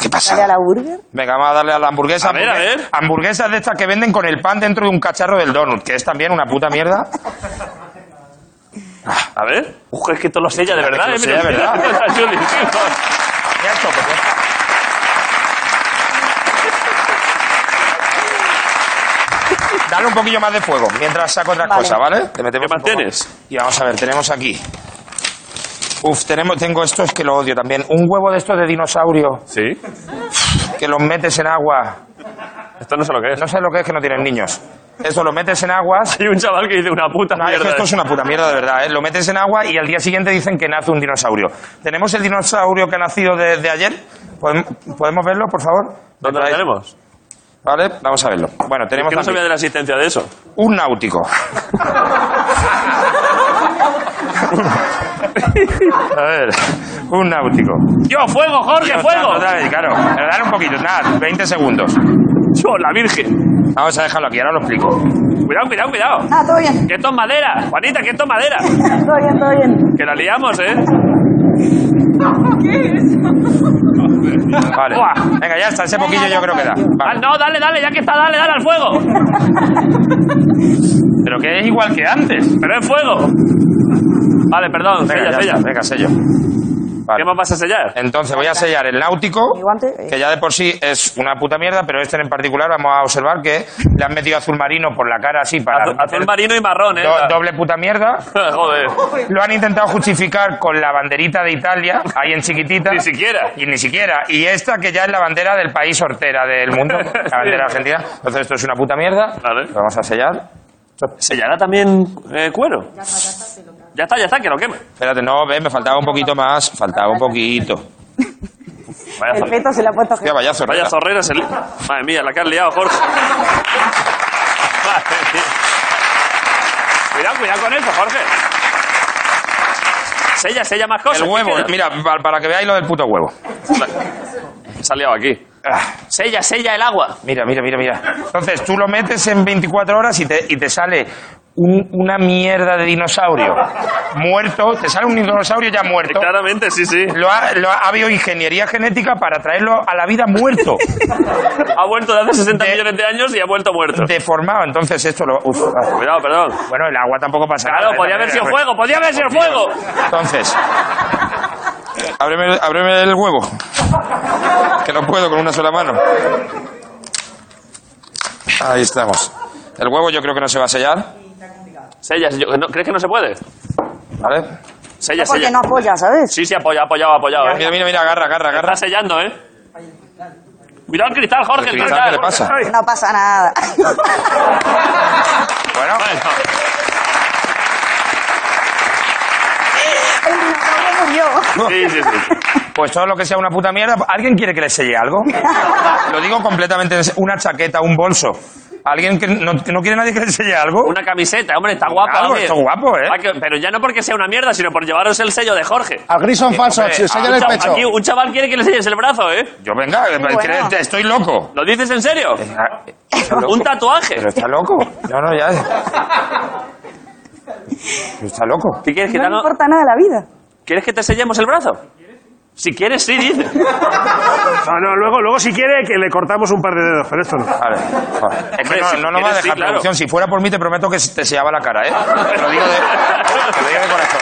Speaker 6: ¿Qué
Speaker 7: Dale
Speaker 6: pasa?
Speaker 7: a la burger.
Speaker 6: Venga, vamos a darle a la hamburguesa.
Speaker 1: A ver, a
Speaker 6: hamburguesa-
Speaker 1: ver.
Speaker 6: Hamburguesas de estas que venden con el pan dentro de un cacharro del donut, que es también una puta mierda.
Speaker 1: A ver. Uf, es que esto lo sella de
Speaker 6: Es que
Speaker 1: verdad,
Speaker 6: lo
Speaker 1: ¿eh?
Speaker 6: sella de
Speaker 1: Mira,
Speaker 6: verdad.
Speaker 1: mira, Juli, tío.
Speaker 6: Mira el chope, tío. Dale un poquillo más de fuego mientras saco otras
Speaker 7: Vale.
Speaker 6: cosas, ¿vale? Te metemos
Speaker 1: ¿Qué más
Speaker 6: un poco-
Speaker 1: tienes?
Speaker 6: Y vamos a ver, tenemos aquí. Uf, tenemos, tengo estos que lo odio también. Un huevo de estos de dinosaurio
Speaker 1: Sí.
Speaker 6: que los metes en agua.
Speaker 1: Esto no sé lo que es.
Speaker 6: No sé lo que es que no tienen niños. Esto lo metes en aguas.
Speaker 1: Hay un chaval que dice una puta
Speaker 6: No, es que
Speaker 1: mierda.
Speaker 6: esto es una puta mierda de verdad, ¿eh? Lo metes en agua y al día siguiente dicen que nace un dinosaurio. ¿Tenemos el dinosaurio que ha nacido desde ayer? ¿Podem- ¿Podemos, verlo, por favor?
Speaker 1: ¿Dónde lo
Speaker 6: Traed-
Speaker 1: tenemos?
Speaker 6: Vale, vamos a verlo. Bueno, tenemos
Speaker 1: Que no sabía
Speaker 6: también
Speaker 1: de la existencia de eso.
Speaker 6: un náutico. a ver, un náutico.
Speaker 1: ¡Yo, fuego, Jorge,
Speaker 6: Dios,
Speaker 1: fuego!
Speaker 6: tanto, dale, eh, claro, pero dale un poquito, nada, 20 segundos.
Speaker 1: Yo, la virgen.
Speaker 6: Vamos a dejarlo aquí, ahora lo explico.
Speaker 1: Cuidado, cuidado, cuidado.
Speaker 7: Ah, todo bien.
Speaker 1: Que esto es madera. Juanita, que esto es madera.
Speaker 7: Todo bien, todo bien.
Speaker 1: Que la liamos, ¿eh?
Speaker 6: Vale.
Speaker 1: Buah.
Speaker 6: Venga, ya está. Ese poquillo yo creo que da.
Speaker 1: Ah,
Speaker 6: Vale.
Speaker 1: no, dale, dale, ya que está, dale, dale al fuego.
Speaker 6: Pero que es igual que antes.
Speaker 1: Pero es fuego. Vale, Eh, perdón,
Speaker 6: Venga,
Speaker 1: sella,
Speaker 6: ya
Speaker 1: sella.
Speaker 6: está. Venga, sello.
Speaker 1: ¿Qué
Speaker 6: Vale.
Speaker 1: más vas a sellar?
Speaker 6: Entonces voy a sellar el náutico,
Speaker 7: Mi guante, eh.
Speaker 6: que ya de por sí es una puta mierda, pero este en particular vamos a observar que le han metido azul marino por la cara así para...
Speaker 1: Azul, azul marino y marrón, ¿eh?
Speaker 6: Do- doble puta mierda.
Speaker 1: Joder.
Speaker 6: Lo han intentado justificar con la banderita de Italia, ahí en chiquitita.
Speaker 1: Ni siquiera.
Speaker 6: Y ni siquiera. Y esta que ya es la bandera del país hortera del mundo, la bandera argentina. Entonces esto es una puta mierda.
Speaker 1: Vale.
Speaker 6: Lo vamos a sellar.
Speaker 1: ¿Sellará también eh, cuero? Ya está, ya está, que lo queme.
Speaker 6: Espérate, no, ve, me faltaba un poquito más. Faltaba un poquito.
Speaker 1: Vaya,
Speaker 7: El
Speaker 1: zorrera.
Speaker 7: feto se le ha puesto...
Speaker 6: Hostia, vaya zorrera.
Speaker 1: Vaya zorrera se li- Madre mía, la que has liado, Jorge. Madre mía. Cuidado, cuidado con eso, Jorge. Sella, sella más cosas.
Speaker 6: El
Speaker 1: ¿qué
Speaker 6: huevo,
Speaker 1: queda?
Speaker 6: mira, pa- para que veáis lo del puto huevo.
Speaker 1: Se ha liado aquí.
Speaker 6: Ah,
Speaker 1: Sella, sella el agua.
Speaker 6: Mira, mira, mira, mira. Entonces tú lo metes en 24 horas y te, y te sale un- una mierda de dinosaurio muerto. Te sale un dinosaurio ya muerto.
Speaker 1: Eh, Claramente, sí, sí.
Speaker 6: Lo ha, lo ha, ha habido ingeniería genética para traerlo a la vida muerto,
Speaker 1: Ha vuelto de hace 60
Speaker 6: De-
Speaker 1: millones de años y ha vuelto muerto.
Speaker 6: deformado. Entonces esto lo... uf, ah.
Speaker 1: Cuidado, perdón.
Speaker 6: bueno, el agua tampoco pasa
Speaker 1: Claro,
Speaker 6: nada.
Speaker 1: podía haber sido fuego, podía haber sido fuego.
Speaker 6: Entonces... Ábreme, ábreme el huevo. Que no puedo con una sola mano. Ahí estamos. El huevo yo creo que no se va a sellar,
Speaker 1: Sella, yo- no, ¿crees que no se puede?
Speaker 6: ¿vale?
Speaker 1: Sella,
Speaker 7: Porque
Speaker 1: sella.
Speaker 7: no apoya, ¿sabes?
Speaker 1: Sí, sí, apoya, apoyado, apoyado, ¿eh?
Speaker 6: Mira, mira, mira, agarra, agarra, agarra.
Speaker 1: Está sellando, ¿eh? Cuidado el cristal, Jorge, el
Speaker 6: Cristal,
Speaker 1: cristal.
Speaker 6: ¿Qué le pasa?
Speaker 7: No pasa nada.
Speaker 6: Bueno,
Speaker 7: El dinosaurio
Speaker 1: Sí,
Speaker 7: murió.
Speaker 1: sí, sí.
Speaker 6: Pues todo lo que sea una puta mierda. ¿Alguien quiere que le selle algo? Lo digo completamente. en serio. Una chaqueta, un bolso. ¿Alguien que no, que no quiere nadie que le selle algo?
Speaker 1: Una camiseta, hombre, está guapo.
Speaker 6: Claro,
Speaker 1: hombre.
Speaker 6: está guapo, ¿eh?
Speaker 1: Ah, que- Pero ya no porque sea una mierda, sino por llevaros el sello de Jorge.
Speaker 5: Al Grison falso,
Speaker 6: hombre,
Speaker 5: si sella
Speaker 1: un,
Speaker 5: el
Speaker 1: chaval,
Speaker 5: pecho.
Speaker 1: aquí un chaval quiere que le selles el brazo, ¿eh?
Speaker 6: Yo, venga,
Speaker 7: bueno.
Speaker 6: ¿crees- estoy loco.
Speaker 1: ¿Lo dices en serio?
Speaker 6: ¿Está Eh, loco?
Speaker 1: Un tatuaje.
Speaker 6: Pero está loco. No, no, ya. Pero está loco.
Speaker 1: ¿Qué quieres que,
Speaker 7: No
Speaker 1: te
Speaker 7: le
Speaker 1: haga-
Speaker 7: importa nada la vida.
Speaker 1: ¿Quieres que te sellemos el brazo? Si quieres, sí, dice.
Speaker 3: No, no, luego, luego si quiere que le cortamos un par de dedos, pero esto no.
Speaker 6: Vale. joder. Es que
Speaker 1: Hombre,
Speaker 6: no,
Speaker 1: si
Speaker 6: no nos va a
Speaker 1: quieres,
Speaker 6: dejar
Speaker 1: sí, claro.
Speaker 6: producción. Si fuera por mí, te prometo que te sellaba la cara, ¿eh? Te lo digo de, te lo digo de corazón.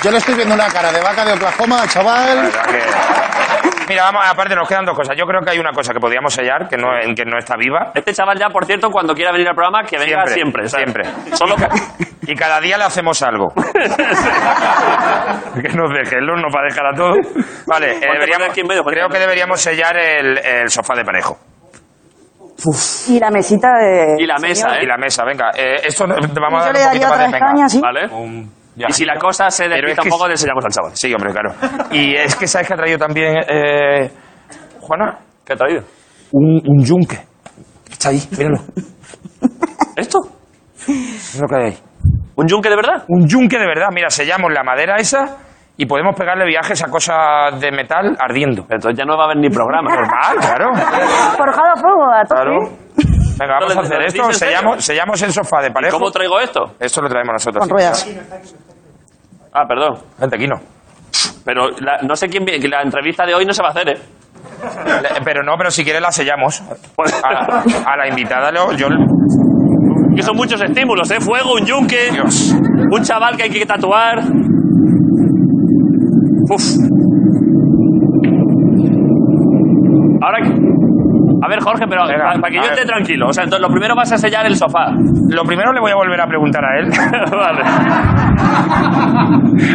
Speaker 5: Yo le estoy viendo una cara de vaca de Oklahoma, chaval.
Speaker 6: La verdad que- Mira, vamos, aparte nos quedan dos cosas. Yo creo que hay una cosa que podíamos sellar, que no, que no está viva.
Speaker 1: Este chaval ya, por cierto, cuando quiera venir al programa, que venga siempre.
Speaker 6: Siempre, siempre.
Speaker 1: Solo
Speaker 6: Y cada día le hacemos algo. que nos deje, él nos va a dejar a todos.
Speaker 1: Ponte,
Speaker 6: Vale, eh,
Speaker 1: ponte
Speaker 6: deberíamos-
Speaker 1: aquí en medio, ponte
Speaker 6: creo
Speaker 1: aquí.
Speaker 6: que deberíamos sellar el, el sofá de parejo.
Speaker 7: Y la mesita de...
Speaker 1: Y la mesa, ¿eh?
Speaker 6: Y la mesa, venga. Eh, esto no- vamos a
Speaker 7: Yo
Speaker 6: dar
Speaker 7: le
Speaker 6: un poquito
Speaker 7: daría
Speaker 6: más de venga.
Speaker 7: otra caña, sí.
Speaker 1: ¿Vale?
Speaker 6: Un-
Speaker 1: Y si la cosa se
Speaker 6: Pero es
Speaker 1: despista
Speaker 6: que
Speaker 1: un poco,
Speaker 6: es-
Speaker 1: le sellamos al chaval.
Speaker 6: Sí, hombre, claro. Y es que sabes que ha traído también, eh, Juana,
Speaker 1: ¿Qué ha traído?
Speaker 6: un, un yunque. Está ahí, míralo.
Speaker 1: ¿Esto?
Speaker 6: Es lo que hay ahí.
Speaker 1: ¿Un yunque de verdad?
Speaker 6: un yunque de verdad. Mira, sellamos la madera esa y podemos pegarle viajes a cosas de metal ardiendo.
Speaker 1: Pero entonces ya no va a haber ni programa.
Speaker 6: Normal, claro.
Speaker 7: Forjado a fuego, a tope.
Speaker 6: Claro. Venga, vamos a hacer esto. Sellamos, sellamos el sofá de parejo.
Speaker 1: ¿Cómo traigo esto?
Speaker 6: Esto lo traemos nosotros.
Speaker 7: Con ruedas.
Speaker 1: Ah, perdón.
Speaker 6: Vente, Kino.
Speaker 1: Pero la- no sé quién viene. que La entrevista de hoy no se va a hacer, ¿eh?
Speaker 6: Le- Pero no, pero si quieres la sellamos.
Speaker 1: Pues-
Speaker 6: A la, a la invitada, lo- yo...
Speaker 1: Que son muchos estímulos, ¿eh? Fuego, un yunque,
Speaker 6: Dios.
Speaker 1: un chaval que hay que tatuar. Uf. Ahora. A ver, Jorge, pero
Speaker 6: Venga,
Speaker 1: para, que yo
Speaker 6: a ver.
Speaker 1: esté tranquilo. O sea, entonces lo primero vas a sellar el sofá.
Speaker 6: Lo primero le voy a volver a preguntar a él.
Speaker 1: vale.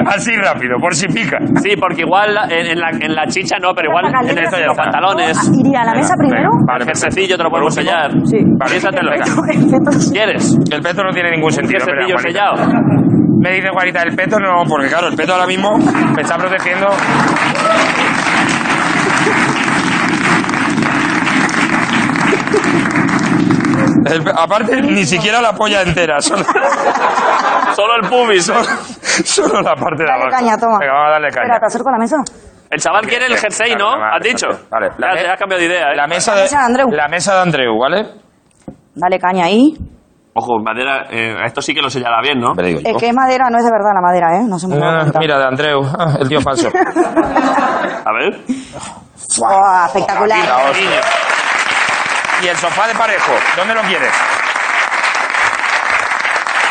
Speaker 6: Así rápido, por si pica.
Speaker 1: Sí, porque igual la- en, en la, en la chicha no, pero igual
Speaker 7: Está
Speaker 1: en,
Speaker 7: caliente,
Speaker 1: el-
Speaker 6: esto ya
Speaker 1: en los
Speaker 6: está.
Speaker 1: pantalones.
Speaker 7: Ah, ¿Iría a la mesa primero?
Speaker 1: el jersecillo te lo podemos
Speaker 6: Por último.
Speaker 1: sellar.
Speaker 7: Sí.
Speaker 6: Vale.
Speaker 1: Piénsatelo.
Speaker 7: El feto se-
Speaker 1: ¿Quieres?
Speaker 6: El peto no tiene ningún
Speaker 1: Un
Speaker 6: sentido. pero
Speaker 1: jersecillo
Speaker 6: Juanita.
Speaker 1: sellado.
Speaker 6: Me dice Juanita, el peto no, porque claro, el peto ahora mismo me está protegiendo. El pe- aparte, ni siquiera la polla entera, solo,
Speaker 1: Solo el pubis.
Speaker 6: solo, solo la parte de
Speaker 7: Dale
Speaker 6: abajo.
Speaker 7: caña, toma.
Speaker 6: Venga, vamos a darle
Speaker 7: Espera,
Speaker 6: caña.
Speaker 7: te acerco a la mesa.
Speaker 1: El chaval quiere el jersey, ¿no?
Speaker 6: Vale, vale,
Speaker 1: Has dicho.
Speaker 6: vale. La
Speaker 1: Ya
Speaker 6: me-
Speaker 1: te has cambiado de idea, ¿eh?
Speaker 6: La mesa
Speaker 7: La mesa de Andreu.
Speaker 6: La mesa de Andreu, ¿vale?
Speaker 7: Dale caña ahí.
Speaker 1: Ojo, madera, eh, a esto sí que lo señala bien, ¿no?
Speaker 6: Hombre, digo yo.
Speaker 7: Es que es madera, no es de verdad la madera, ¿eh? No se me
Speaker 6: Ah,
Speaker 7: da
Speaker 6: mira, de Andreu, Ah, el tío falso.
Speaker 1: A ver.
Speaker 7: Oh,
Speaker 1: Ah,
Speaker 7: espectacular.
Speaker 6: Niño. Y el sofá de parejo, ¿dónde lo quieres?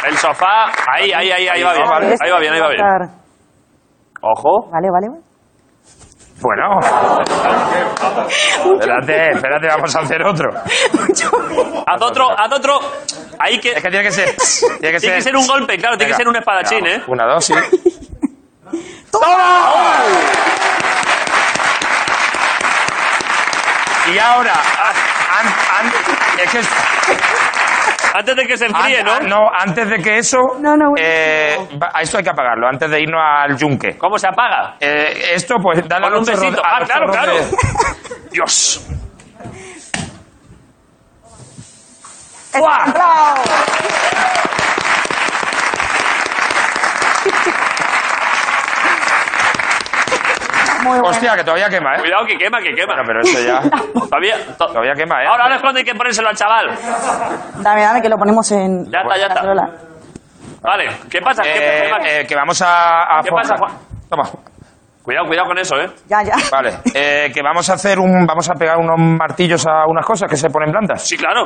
Speaker 1: El sofá. Ahí, ahí, ahí, ahí va bien. Ahí va bien, ahí va bien. Ojo.
Speaker 7: Vale, vale, vale.
Speaker 6: Bueno. espérate, espérate, vamos a hacer otro.
Speaker 1: Haz otro, haz otro. Ahí que.
Speaker 6: Es que tiene que ser. Tiene que ser,
Speaker 1: Tiene que ser un golpe, claro, tiene que
Speaker 6: Venga,
Speaker 1: ser un espadachín,
Speaker 6: venga,
Speaker 1: ¿eh?
Speaker 6: Una, dos, sí. Y ahora. ah, an- an- es que es-
Speaker 1: Antes de que se enfríe,
Speaker 6: an-
Speaker 1: ¿no?
Speaker 6: an- antes de que eso.
Speaker 7: No, no, bueno,
Speaker 6: eh, va- a esto hay que apagarlo, antes de irnos al yunque.
Speaker 1: ¿Cómo se apaga?
Speaker 6: Eh, esto, pues, dale
Speaker 1: Con
Speaker 6: a
Speaker 1: un
Speaker 6: nuestro
Speaker 1: besito.
Speaker 6: ro- a
Speaker 1: Ah, claro,
Speaker 6: nuestro ro-
Speaker 1: claro.
Speaker 6: de-
Speaker 1: Dios.
Speaker 7: ¡Bravo! Muy bueno.
Speaker 6: Hostia, que todavía quema, ¿eh?
Speaker 1: Cuidado que quema, que quema.
Speaker 6: Bueno, pero eso ya.
Speaker 1: Todavía. to-
Speaker 6: Todavía quema, ¿eh?
Speaker 1: Ahora, ahora es cuando hay que ponérselo al chaval.
Speaker 7: Dame, dame que lo ponemos en.
Speaker 1: Ya está, ya
Speaker 7: en la
Speaker 1: está.
Speaker 7: cacerola.
Speaker 1: Vale, ¿qué pasa? ¿Qué
Speaker 6: Eh,
Speaker 1: pasa?
Speaker 6: eh, que vamos a. a
Speaker 1: ¿Qué pasa,
Speaker 6: forjar.
Speaker 1: Juan?
Speaker 6: Toma.
Speaker 1: Cuidado, cuidado con eso, ¿eh?
Speaker 7: Ya, ya.
Speaker 6: Vale. Eh, que vamos a hacer un. Vamos a pegar unos martillos a unas cosas que se ponen blandas.
Speaker 1: Sí, claro.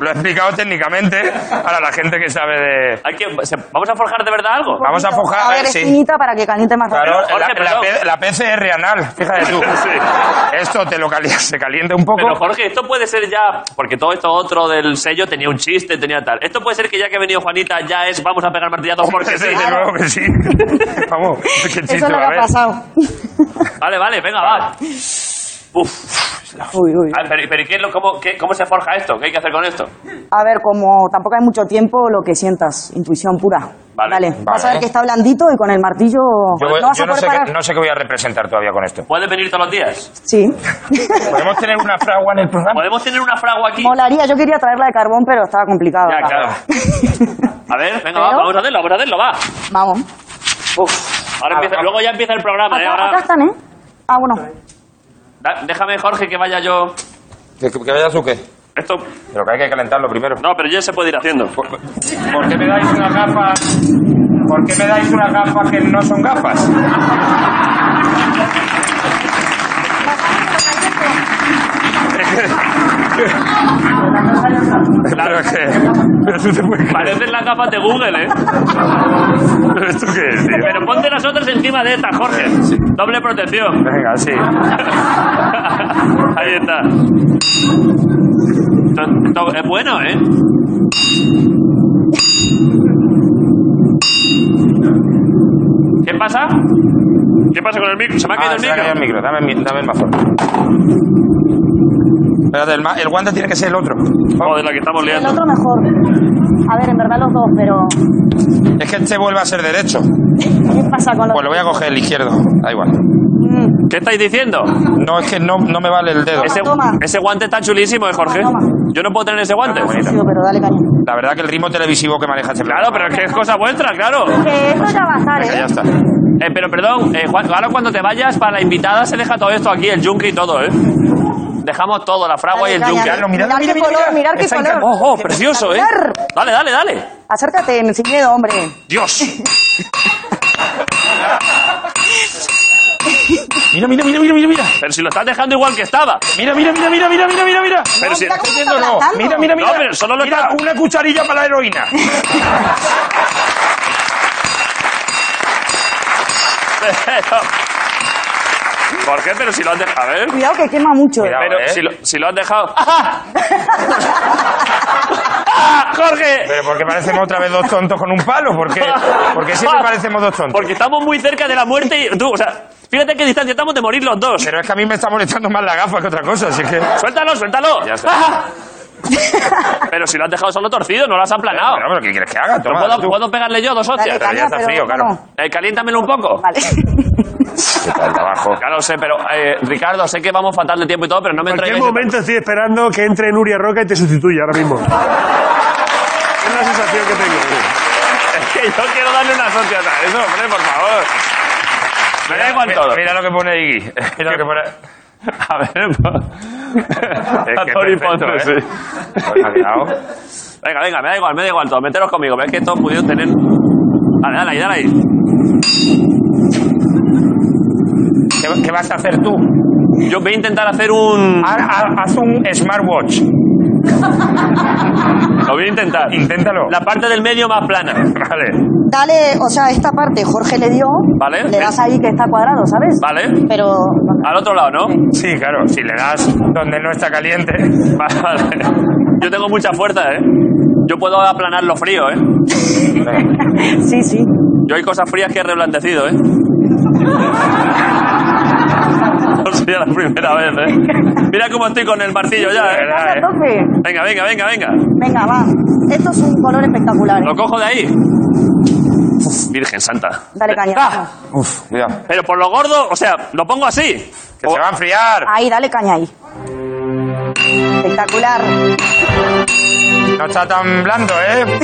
Speaker 6: Lo he explicado técnicamente para la gente que sabe de.
Speaker 1: Hay que, se- ¿Vamos a forjar de verdad algo?
Speaker 6: Vamos a forjar,
Speaker 7: A
Speaker 6: eh,
Speaker 7: ver,
Speaker 6: sí.
Speaker 7: espinita para que caliente más
Speaker 6: Claro,
Speaker 1: Jorge,
Speaker 6: la- la,
Speaker 1: perdón.
Speaker 6: P- la PCR anal, fíjate tú.
Speaker 1: Sí.
Speaker 6: Esto te lo cali- se calienta un poco.
Speaker 1: Pero Jorge, esto puede ser ya, porque todo esto otro del sello tenía un chiste, tenía tal. Esto puede ser que ya que ha venido Juanita ya es vamos a pegar martillazos porque sí.
Speaker 6: Desde luego que sí. Vamos, qué chiste,
Speaker 7: Eso es lo
Speaker 6: va
Speaker 7: que
Speaker 6: a
Speaker 7: ha
Speaker 6: ver.
Speaker 7: pasado.
Speaker 1: Vale, vale, venga, va. Uf.
Speaker 7: Uy, uy.
Speaker 1: A ver, pero, pero ¿y qué es lo- cómo, qué- cómo se forja esto? ¿Qué hay que hacer con esto?
Speaker 7: A ver, como tampoco hay mucho tiempo, lo que sientas, intuición pura.
Speaker 1: Vale,
Speaker 7: Vas a
Speaker 6: vale.
Speaker 7: ver que está blandito y con el martillo
Speaker 6: Yo, voy-
Speaker 7: no vas
Speaker 6: yo
Speaker 7: a
Speaker 6: no,
Speaker 7: poder
Speaker 6: sé
Speaker 7: parar.
Speaker 6: qué, no sé qué voy a representar todavía con esto.
Speaker 1: ¿Puedes venir todos los días?
Speaker 7: Sí.
Speaker 6: ¿Podemos tener una fragua en el programa?
Speaker 1: ¿Podemos tener una fragua aquí?
Speaker 7: Molaría, yo quería traerla de carbón, pero estaba complicado.
Speaker 1: Ya,
Speaker 7: la
Speaker 1: claro.
Speaker 7: verdad.
Speaker 1: A ver, venga, va,
Speaker 7: Pero-
Speaker 1: vamos a hacerlo, vamos a hacerlo, va.
Speaker 7: Vamos.
Speaker 1: Uf. Ahora empieza- luego ya empieza el programa, ¿eh?
Speaker 7: Acá, acá
Speaker 1: Ahora,
Speaker 7: están, ¿eh? Ah, bueno.
Speaker 1: Da- déjame, Jorge, que vaya yo.
Speaker 6: ¿Que, que vayas o qué?
Speaker 1: Esto.
Speaker 6: Pero que hay que calentarlo primero.
Speaker 1: No, pero ya se puede ir haciendo.
Speaker 6: ¿Por, por qué me dais unas gafas? ¿Por qué me dais unas gafas que no son gafas? Claro es que. Pero tú te puedes.
Speaker 1: Parecen las gafas de Google, ¿eh?
Speaker 6: ¿Pero esto qué es, tío?
Speaker 1: Pero ponte las otras encima de esta, Jorge. Doble protección.
Speaker 6: Venga, sí.
Speaker 1: Ahí está. Esto, esto es bueno, ¿eh? ¿Qué pasa? ¿Qué pasa con el micro? ¿Se me ha caído
Speaker 6: Ah,
Speaker 1: el
Speaker 6: se le
Speaker 1: micro?
Speaker 6: ha caído el micro. Dame, el mi- dame el mazón. Espérate, el, ma- el guante tiene que ser el otro.
Speaker 1: Joder, la que estamos
Speaker 7: El
Speaker 1: liando.
Speaker 7: otro mejor. A ver, en verdad los dos, pero
Speaker 6: Es que este vuelve a ser derecho.
Speaker 7: ¿qué pasa con los
Speaker 6: Pues lo voy a coger el izquierdo. Da igual.
Speaker 7: Mm,
Speaker 1: ¿Qué estáis diciendo?
Speaker 6: No, es que no, no me vale el dedo.
Speaker 1: Ese,
Speaker 7: Toma.
Speaker 1: ese guante está chulísimo, ¿eh, Jorge?
Speaker 7: Toma, toma.
Speaker 1: Yo no puedo tener ese guante.
Speaker 7: sí, pero dale caña.
Speaker 6: La verdad que el ritmo televisivo que maneja este
Speaker 1: Claro, pero
Speaker 6: programa.
Speaker 1: es que es cosa vuestra, claro.
Speaker 7: Que esto ya va a estar,
Speaker 6: Venga, ya
Speaker 7: ¿eh?
Speaker 6: está.
Speaker 1: Eh, pero perdón, eh, Juan, ahora cuando te vayas para la invitada se deja todo esto aquí, el yunque y todo, ¿eh? Dejamos todo, la
Speaker 6: Ah,
Speaker 1: fragua y el
Speaker 7: Dale
Speaker 1: yunque.
Speaker 7: caña.
Speaker 6: Carlos, mirad,
Speaker 7: Mirad
Speaker 6: mira,
Speaker 7: qué
Speaker 6: mira,
Speaker 7: color,
Speaker 6: mira.
Speaker 7: mirad qué
Speaker 6: Está
Speaker 7: color.
Speaker 6: encantado.
Speaker 1: ¡Ojo, precioso, eh!
Speaker 7: Espectacular.
Speaker 1: Dale, dale, dale.
Speaker 7: Acércate, sin miedo, hombre.
Speaker 1: Dios.
Speaker 6: Mira, mira, mira, mira, mira, mira.
Speaker 1: Pero si lo estás dejando igual que estaba.
Speaker 6: Mira, mira, mira, mira, mira, mira, mira, mira.
Speaker 1: Pero si-
Speaker 7: mira cómo está
Speaker 6: No, no.
Speaker 7: aplastando.
Speaker 6: Mira, mira, mira.
Speaker 1: No, pero solo lo
Speaker 6: mira,
Speaker 1: está-
Speaker 6: una cucharilla para la heroína.
Speaker 1: ¿Por qué? Pero si lo has dejado. A ver.
Speaker 7: Cuidado que quema mucho.
Speaker 6: Cuidado.
Speaker 1: Pero
Speaker 6: ¿eh?
Speaker 1: si lo, si lo has dejado. ¡Ah! ¡Ah, ¡Jorge!
Speaker 6: Pero porque parecemos otra vez dos tontos con un palo, porque porque siempre parecemos dos tontos.
Speaker 1: Porque estamos muy cerca de la muerte y tú, o sea, fíjate qué distancia estamos de morir los dos.
Speaker 6: Pero es que a mí me está molestando más la gafa que otra cosa, así que
Speaker 1: Suéltalo, suéltalo.
Speaker 6: Ya está.
Speaker 1: ¡Ah! Pero si lo has dejado solo torcido, no lo has aplanado.
Speaker 6: Bueno, pero ¿qué quieres que haga?
Speaker 1: Pero
Speaker 6: Toma,
Speaker 1: ¿puedo,
Speaker 6: tú.
Speaker 1: puedo pegarle yo dos
Speaker 7: Dale
Speaker 1: hostias?
Speaker 6: pero ya
Speaker 7: caña,
Speaker 6: está frío, claro.
Speaker 7: bueno,
Speaker 1: Eh, caliéntamelo un poco.
Speaker 7: Vale.
Speaker 6: Qué tal, de abajo.
Speaker 1: Ya lo sé, pero eh, Ricardo, sé que vamos fatal de tiempo y todo, pero no me
Speaker 3: En cualquier
Speaker 1: entregues.
Speaker 3: momento estoy esperando que entre Nuria Roca y te sustituya ahora mismo. Es la sensación que tengo.
Speaker 1: Es que yo quiero darle una hostias a eso, hombre, por favor. Me da igual todo.
Speaker 6: Mira lo que pone Iggy. Mira lo que pone.
Speaker 1: A ver,
Speaker 6: Es
Speaker 1: a
Speaker 6: que
Speaker 1: Tony
Speaker 6: perfecto,
Speaker 1: Ponce, sí.
Speaker 6: ¿eh? Pues ha quedado.
Speaker 1: Venga, venga, me da igual, me da igual todo. Meteros conmigo, veis que todos pudieron tener. Dale, dale ahí, dale ahí.
Speaker 6: ¿Qué, qué vas a hacer tú?
Speaker 1: Yo voy a intentar hacer un.
Speaker 6: Ha- ha- Haz un smartwatch.
Speaker 1: Lo voy a intentar.
Speaker 6: Ah. Inténtalo.
Speaker 1: La parte del medio más plana.
Speaker 6: Vale.
Speaker 7: Dale, o sea, esta parte Jorge le dio.
Speaker 1: Vale.
Speaker 7: Le das ahí que está cuadrado, ¿sabes?
Speaker 1: Vale.
Speaker 7: Pero.
Speaker 1: Al otro lado, ¿no?
Speaker 6: Sí, claro. Si le das donde no está caliente.
Speaker 1: Vale, vale. Yo tengo mucha fuerza, ¿eh? Yo puedo aplanar lo frío, ¿eh?
Speaker 7: Sí, sí.
Speaker 1: Yo hay cosas frías que he reblandecido, ¿eh? No sería la primera vez, ¿eh? Mira cómo estoy con el martillo ya, ¿eh?
Speaker 7: Vas a tope.
Speaker 1: Venga, venga, venga, venga.
Speaker 7: Venga, va. Esto es un color espectacular. ¿eh?
Speaker 1: Lo cojo de ahí. Uf, Virgen Santa.
Speaker 7: Dale caña.
Speaker 1: Ah,
Speaker 6: Cuidado.
Speaker 1: pero por lo gordo, o sea, lo pongo así.
Speaker 6: Que se va a enfriar.
Speaker 7: Ahí, dale caña ahí. Espectacular.
Speaker 6: No está tan blando, ¿eh?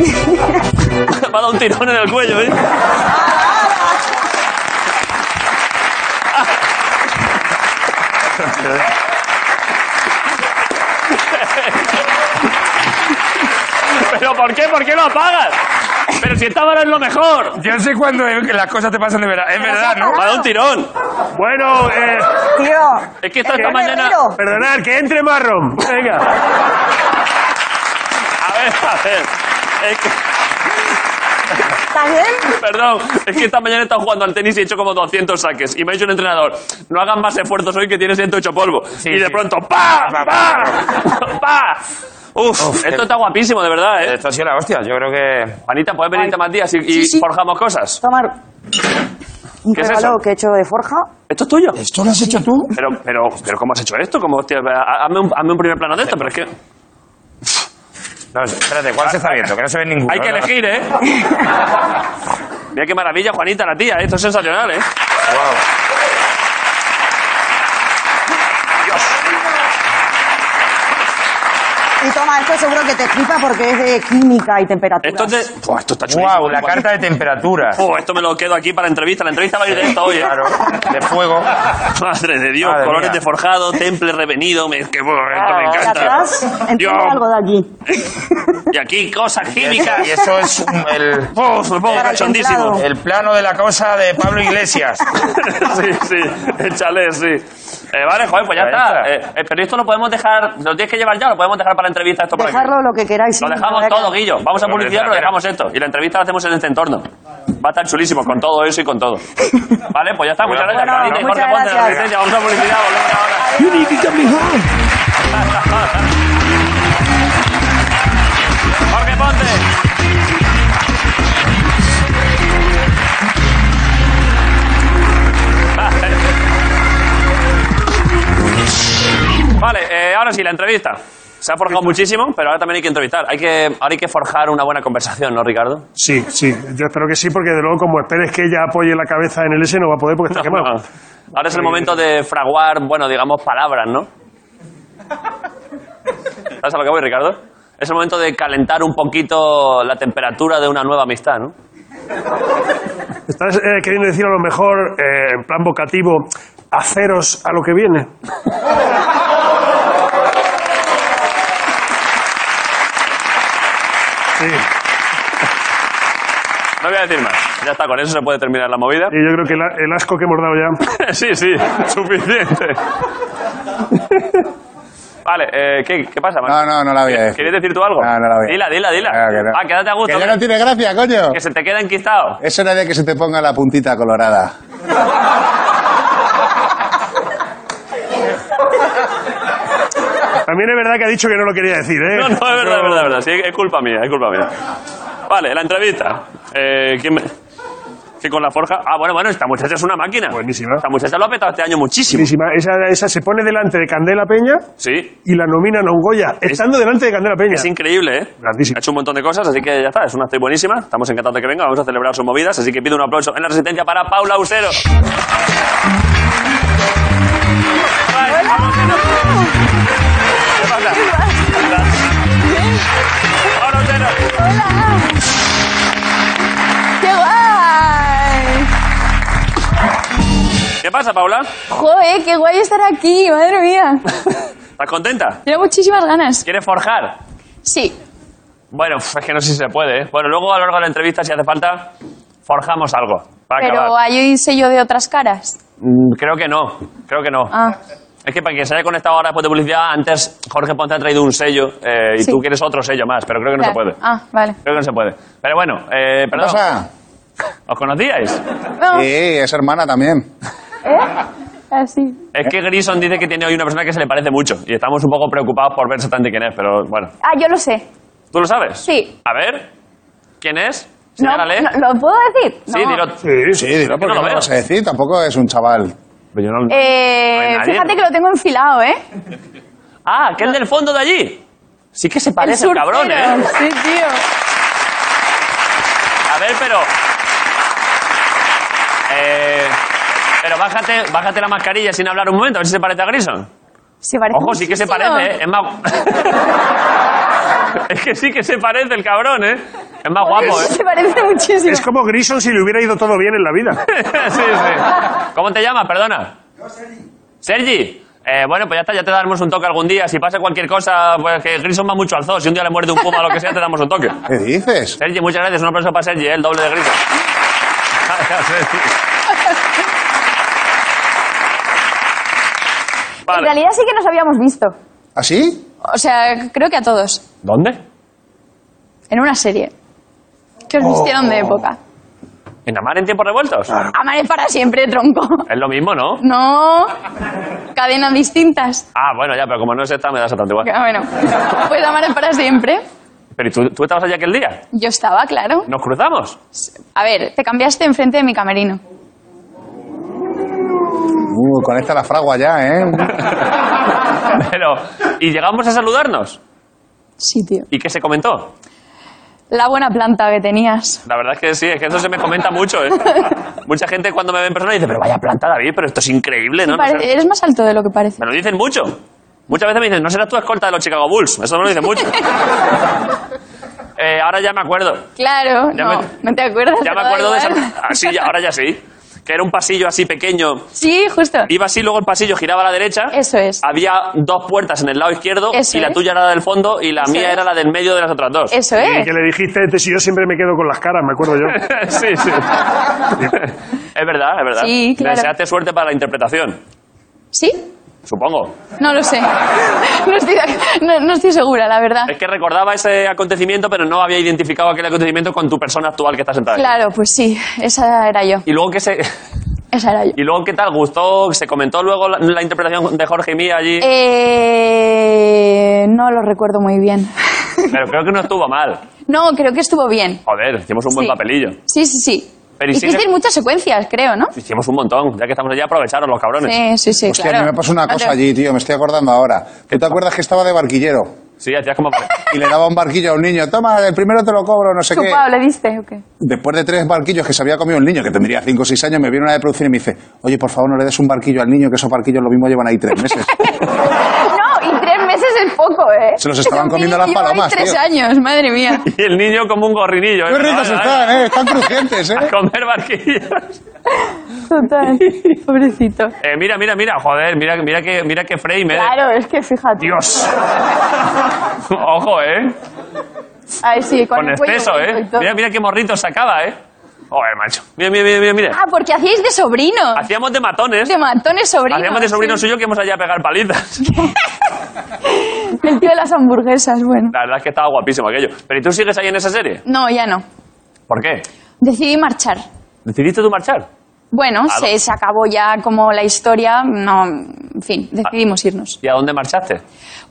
Speaker 1: Me ha dado un tirón en el cuello, ¿eh? ¿Pero por qué? ¿Por qué lo apagas? Pero si esta vara es lo mejor.
Speaker 6: Yo sé cuando las cosas te pasan de verdad. Es verdad, ¿no?
Speaker 1: Me ha dado un tirón.
Speaker 3: Bueno, eh,
Speaker 7: Tío.
Speaker 1: Es que esta, esta
Speaker 7: eres
Speaker 1: mañana...
Speaker 7: guerrero.
Speaker 3: perdonad, que entre Marrom. Venga.
Speaker 1: A ver, a ver. Es que...
Speaker 7: ¿Estás bien?
Speaker 1: Perdón, es que esta mañana he estado jugando al tenis y he hecho como 200 saques. Y me ha dicho un entrenador, no hagan más esfuerzos hoy que tienes 108 polvo. y de
Speaker 6: sí.
Speaker 1: pronto, ¡pa!
Speaker 6: Pa,
Speaker 1: ¡pa! ¡pa! Uf, eh. esto
Speaker 6: qué-
Speaker 1: está guapísimo, de verdad, ¿eh?
Speaker 6: Esto ha sido la hostia. Yo creo que.
Speaker 1: Juanita, ¿puedes venirte más días y, y
Speaker 7: Sí, sí.
Speaker 1: forjamos cosas?
Speaker 7: Tomar. Un
Speaker 1: ¿Qué es
Speaker 7: regalo
Speaker 1: eso?
Speaker 7: que he hecho de forja.
Speaker 1: ¿Esto es tuyo?
Speaker 5: ¿Esto lo has hecho tú?
Speaker 1: Pero, pero, pero ¿cómo has hecho esto? ¿Cómo, hostia, ha- hazme, un, hazme un primer plano de esto, pero es que
Speaker 6: No, espérate, ¿cuál se está viendo? Que no se ve ninguno.
Speaker 1: hay que
Speaker 6: ¿no?
Speaker 1: elegir, ¿eh? Mira qué maravilla, Juanita, la tía, ¿eh? esto es sensacional, ¿eh?
Speaker 6: Guau.
Speaker 7: Y toma, esto seguro que te flipa porque es de química y temperatura.
Speaker 1: Esto, es de- Buah, esto está chulísimo.
Speaker 6: Guau, la carta de temperatura.
Speaker 1: Buah, esto me lo quedo aquí para la entrevista. La entrevista va a ir de esto hoy, ¿eh?
Speaker 6: Claro, de fuego.
Speaker 1: Madre de Dios,
Speaker 6: Madre
Speaker 1: colores de
Speaker 6: mía.
Speaker 1: forjado, temple revenido, me, que, bueno, esto me
Speaker 7: Ah, De
Speaker 1: encanta.
Speaker 7: atrás, entiendo
Speaker 1: Dios.
Speaker 7: algo de aquí.
Speaker 1: Y aquí cosas químicas.
Speaker 6: Y eso es un- el,
Speaker 1: Uf, me pongo
Speaker 7: Para el
Speaker 1: cachondísimo.
Speaker 7: templado.
Speaker 6: el plano de la cosa de Pablo Iglesias.
Speaker 1: sí, sí, échale, sí. Eh, vale, joder, pues ya
Speaker 6: Ahí
Speaker 1: está.
Speaker 6: está.
Speaker 1: Eh, eh, pero esto lo podemos dejar, lo tienes que llevar ya, lo podemos dejar para la entrevista esto por aquí.
Speaker 7: Dejarlo lo que queráis.
Speaker 1: Lo
Speaker 7: sí,
Speaker 1: dejamos
Speaker 7: la verdad
Speaker 1: todo,
Speaker 7: que-
Speaker 1: Guillo. Vamos a
Speaker 6: Pero
Speaker 1: publicidad, pero
Speaker 6: desde la
Speaker 1: dejamos esto. Y la entrevista la hacemos en este entorno. Va a estar chulísimo, con todo eso y con todo. Vale, pues ya está. Muchas gracias,
Speaker 7: Bueno,
Speaker 1: Carlita. Y Jorge Ponce de la
Speaker 7: muchas gracias.
Speaker 1: Resistencia. Vamos a publicidad, volvemos ahora. Jorge Ponte. Vale, eh, ahora sí, la entrevista. Se ha forjado muchísimo, pero ahora también hay que entrevistar. Hay que, ahora hay que forjar una buena conversación, ¿no, Ricardo?
Speaker 3: Sí, sí, yo espero que sí, porque de luego, como esperes que ella apoye la cabeza en el S, no va a poder porque está
Speaker 1: No,
Speaker 3: quemado.
Speaker 1: no. Ahora es el momento de fraguar, bueno, digamos, palabras, ¿no? ¿Sabes a lo que voy, Ricardo? Es el momento de calentar un poquito la temperatura de una nueva amistad, ¿no?
Speaker 3: Estás eh, queriendo decir a lo mejor, eh, en plan vocativo, haceros a lo que viene. Sí,
Speaker 1: No voy a decir más. Ya está, con eso se puede terminar la movida.
Speaker 3: y yo creo que la- el asco que hemos dado ya.
Speaker 1: Sí, sí, suficiente. Vale, eh, ¿qué, qué pasa, Manuel?
Speaker 5: No, no, no la voy a decir.
Speaker 1: ¿Quieres decir tú algo?
Speaker 5: No, no la voy a
Speaker 1: Dila, dila, dila.
Speaker 5: Claro que no.
Speaker 1: Ah, quédate a gusto.
Speaker 5: Que ya
Speaker 1: hombre.
Speaker 5: no tiene gracia, coño.
Speaker 1: Que se te queda enquistado.
Speaker 5: Es hora de que se te ponga la puntita colorada.
Speaker 3: También es verdad que ha dicho que no lo quería decir, ¿eh?
Speaker 1: No, no, es verdad, es verdad, es verdad. Sí, es culpa mía, es culpa mía. Vale, la entrevista. Eh, ¿quién me- Que con la forja. Ah, bueno, bueno, esta muchacha es una máquina.
Speaker 3: Buenísima.
Speaker 1: Esta muchacha lo ha petado este año muchísimo.
Speaker 3: Buenísima. Esa, esa se pone delante de Candela Peña
Speaker 1: Sí.
Speaker 3: y la nominan a un Goya, estando delante de Candela Peña.
Speaker 1: Es increíble, ¿eh?
Speaker 3: Grandísimo.
Speaker 1: Ha hecho un montón de cosas, así que ya está. Es una actriz buenísima. Estamos encantados de que venga. Vamos a celebrar sus movidas. Así que pido un aplauso en la resistencia para Paula Usero. Vale, vamos, que no- ¿Qué pasa? Hola, Usero.
Speaker 8: ¡Qué guay!
Speaker 1: ¿Qué pasa, Paula?
Speaker 8: ¡Joder, qué guay estar aquí! ¡Madre mía!
Speaker 1: ¿Estás contenta?
Speaker 8: Tengo muchísimas ganas.
Speaker 1: ¿Quieres forjar?
Speaker 8: Sí.
Speaker 1: Bueno, pf, es que no sé si se puede. ¿eh? Bueno, luego a lo largo de la entrevista, si hace falta, forjamos algo. Para
Speaker 8: Pero
Speaker 1: acabar.
Speaker 8: hay un sello de otras caras.
Speaker 1: Mm, Creo que no, creo que no.
Speaker 8: Ah.
Speaker 1: Es que para quien se haya conectado ahora después de publicidad, antes Jorge Ponte ha traído un sello eh, y
Speaker 8: Sí.
Speaker 1: tú quieres otro sello más, pero creo que no se
Speaker 8: claro.
Speaker 1: puede.
Speaker 8: Ah, vale.
Speaker 1: Creo que no se puede. Pero bueno, eh,
Speaker 5: ¿Qué
Speaker 1: perdón.
Speaker 5: pasa?
Speaker 1: ¿Os conocíais?
Speaker 8: No,
Speaker 5: Sí, es hermana también.
Speaker 8: Ah, así.
Speaker 1: Es que Grison dice que tiene hoy una persona que se le parece mucho y estamos un poco preocupados por ver exactamente quién es, pero bueno.
Speaker 8: Ah, yo lo sé.
Speaker 1: ¿Tú lo sabes?
Speaker 8: Sí.
Speaker 1: A ver, ¿quién es?
Speaker 8: No,
Speaker 1: Señálale.
Speaker 8: no, ¿Lo puedo decir?
Speaker 1: Sí,
Speaker 8: No.
Speaker 1: dilo.
Speaker 3: Sí,
Speaker 5: Sí, dilo,
Speaker 1: no
Speaker 5: porque
Speaker 1: lo
Speaker 5: no,
Speaker 1: veo.
Speaker 5: lo vas a decir. Tampoco es un chaval.
Speaker 1: Pero yo no- no hay
Speaker 8: Eh,
Speaker 1: nadie.
Speaker 8: fíjate que lo tengo enfilado, ¿eh?
Speaker 1: Ah, aquel del fondo de allí. Sí que se parece,
Speaker 8: El
Speaker 1: el cabrón,
Speaker 8: surfero.
Speaker 1: ¿eh?
Speaker 8: Sí, tío.
Speaker 1: A ver, pero. Eh, pero bájate, bájate la mascarilla sin hablar un momento, a ver si se parece a Grison.
Speaker 8: Se parece
Speaker 1: Ojo, sí que se
Speaker 8: muchísimo.
Speaker 1: parece, ¿eh? Es más. es que sí que se parece el cabrón, ¿eh? Es más guapo, ¿eh?
Speaker 8: Se parece muchísimo.
Speaker 3: Es como Grison si le hubiera ido todo bien en la vida.
Speaker 1: sí, sí. ¿Cómo te llamas? Perdona. Sergi. Sergi. Eh, bueno, pues ya está, ya te daremos un toque algún día. Si pasa cualquier cosa, pues que Grison va mucho al zoo. Si un día le muerde un puma o lo que sea, te damos un toque.
Speaker 5: ¿Qué dices?
Speaker 1: Sergi, muchas gracias. Un aplauso para Sergi, ¿eh? el doble de Grison. Gracias, Sergi.
Speaker 8: En
Speaker 1: Vale.
Speaker 8: realidad sí que nos habíamos visto.
Speaker 5: ¿Así?
Speaker 8: O sea, creo que a todos.
Speaker 1: ¿Dónde?
Speaker 8: En una serie. Que os vistieron
Speaker 1: Oh.
Speaker 8: de época.
Speaker 1: ¿En Amar en tiempos revueltos?
Speaker 8: Amaré para siempre, tronco.
Speaker 1: Es lo mismo, ¿no?
Speaker 8: No. Cadenas distintas.
Speaker 1: Ah, bueno, ya, pero como no es esta, me das bastante igual.
Speaker 8: Ah, Bueno, pues amaré para siempre.
Speaker 1: Pero ¿y tú, tú estabas allí aquel día?
Speaker 8: Yo estaba, claro.
Speaker 1: ¿Nos cruzamos?
Speaker 8: A ver, te cambiaste enfrente de mi camerino.
Speaker 5: Uh, con esta la fragua ya, ¿eh?
Speaker 1: Pero, ¿y llegamos a saludarnos?
Speaker 8: Sí, tío.
Speaker 1: ¿Y qué se comentó?
Speaker 8: La buena planta que tenías.
Speaker 1: La verdad es que sí, es que eso se me comenta mucho, ¿eh? Mucha gente cuando me ve en persona dice, pero vaya planta, David, pero esto es increíble, ¿no?
Speaker 8: Sí,
Speaker 1: No
Speaker 8: pare-
Speaker 1: sé-
Speaker 8: Eres más alto de lo que parece.
Speaker 1: Me lo dicen mucho. Muchas veces me dicen, no serás tu escolta de los Chicago Bulls. Eso me lo dicen mucho. Eh, ahora ya me acuerdo.
Speaker 8: Claro,
Speaker 1: Ya
Speaker 8: no.
Speaker 1: me-
Speaker 8: ¿No te acuerdas?
Speaker 1: Ya me
Speaker 8: Pero da
Speaker 1: acuerdo de esa...
Speaker 8: igual.
Speaker 1: ah, sí, ya- ahora ya sí. Que era un pasillo así pequeño.
Speaker 8: Sí, justo.
Speaker 1: Iba así, luego el pasillo giraba a la derecha.
Speaker 8: Eso es.
Speaker 1: Había dos puertas en el lado izquierdo
Speaker 8: Eso
Speaker 1: y la
Speaker 8: es.
Speaker 1: tuya era la del fondo y la
Speaker 8: Eso
Speaker 1: mía
Speaker 8: es.
Speaker 1: era la del medio de las otras dos.
Speaker 8: Eso
Speaker 3: Y
Speaker 8: es.
Speaker 3: que le dijiste, "Te- si yo siempre me quedo con las caras, me acuerdo yo.
Speaker 1: sí, sí. es verdad, es verdad.
Speaker 8: Sí, claro.
Speaker 1: Le Deseaste suerte para la interpretación,
Speaker 8: ¿Sí?
Speaker 1: supongo.
Speaker 8: No lo sé. No estoy, no- no estoy segura, la verdad.
Speaker 1: Es que recordaba ese acontecimiento, pero no había identificado aquel acontecimiento con tu persona actual que está sentada. ahí.
Speaker 8: Claro, pues sí, esa era yo.
Speaker 1: Y luego que se,
Speaker 8: Esa era yo.
Speaker 1: y luego qué tal gustó, se comentó luego la, la interpretación de Jorge y mía allí,
Speaker 8: Eh, no lo recuerdo muy bien.
Speaker 1: pero creo que no estuvo mal.
Speaker 8: No, creo que estuvo bien.
Speaker 1: Joder, hicimos un buen
Speaker 8: Sí.
Speaker 1: papelillo.
Speaker 8: Sí, sí, sí.
Speaker 1: Pero y
Speaker 8: Hicisteis
Speaker 1: sigue-
Speaker 8: muchas secuencias, creo, ¿no?
Speaker 1: Hicimos un montón, ya que estamos allí aprovecharon los cabrones.
Speaker 8: Sí, sí, sí.
Speaker 5: Hostia, a
Speaker 8: claro.
Speaker 5: mí me pasó una
Speaker 8: No
Speaker 5: cosa
Speaker 8: te-
Speaker 5: allí, tío. Me estoy acordando ahora. ¿Tú te acuerdas que estaba de barquillero?
Speaker 1: Sí, hacías como
Speaker 5: Y le daba un barquillo a un niño. Toma, el primero te lo cobro, no sé qué.
Speaker 8: Chupado, ¿le diste o qué?
Speaker 5: Después de tres barquillos que se había comido un niño, que tendría cinco o seis años, me viene una de producción y me dice, oye, por favor, no le des un barquillo al niño, que esos barquillos lo mismo llevan ahí tres meses.
Speaker 8: No, y tres meses es poco, ¿eh?
Speaker 5: Se los
Speaker 8: Es
Speaker 5: estaban
Speaker 8: un
Speaker 5: comiendo
Speaker 8: niño
Speaker 5: las
Speaker 8: que lleva ahí
Speaker 5: palomas,
Speaker 8: tres
Speaker 5: tío.
Speaker 8: años, madre mía.
Speaker 1: y el niño como un gorrinillo. ¿eh?
Speaker 5: ¡Qué ricos
Speaker 1: Vale,
Speaker 5: están,
Speaker 1: vale.
Speaker 5: eh! Están crujientes, eh.
Speaker 1: A comer barquillos.
Speaker 8: Total, pobrecito.
Speaker 1: Eh, mira, mira, mira, joder, mira, mira que, mira que frame, eh.
Speaker 8: Claro, es que fíjate.
Speaker 1: Dios. Ojo, eh.
Speaker 8: Ay, sí, con,
Speaker 1: Con
Speaker 8: el cuello
Speaker 1: exceso,
Speaker 8: vuelto
Speaker 1: eh.
Speaker 8: y todo.
Speaker 1: Mira, mira qué morrito sacaba, eh. Joder, macho. Mira, mira, mira, mira, mira.
Speaker 8: Ah, porque hacíais de sobrino.
Speaker 1: Hacíamos de matones.
Speaker 8: De matones sobrinos.
Speaker 1: Hacíamos de sobrino
Speaker 8: sí.
Speaker 1: suyo que íbamos allá a pegar palizas.
Speaker 8: El tío de las hamburguesas, bueno.
Speaker 1: La verdad es que estaba guapísimo aquello. Pero ¿y tú sigues ahí en esa serie?
Speaker 8: No, ya no.
Speaker 1: ¿Por qué?
Speaker 8: Decidí marchar.
Speaker 1: ¿Decidiste tú marchar?
Speaker 8: Bueno,
Speaker 1: Claro.
Speaker 8: se, se acabó ya como la historia. No, en fin, decidimos irnos.
Speaker 1: ¿Y a dónde marchaste?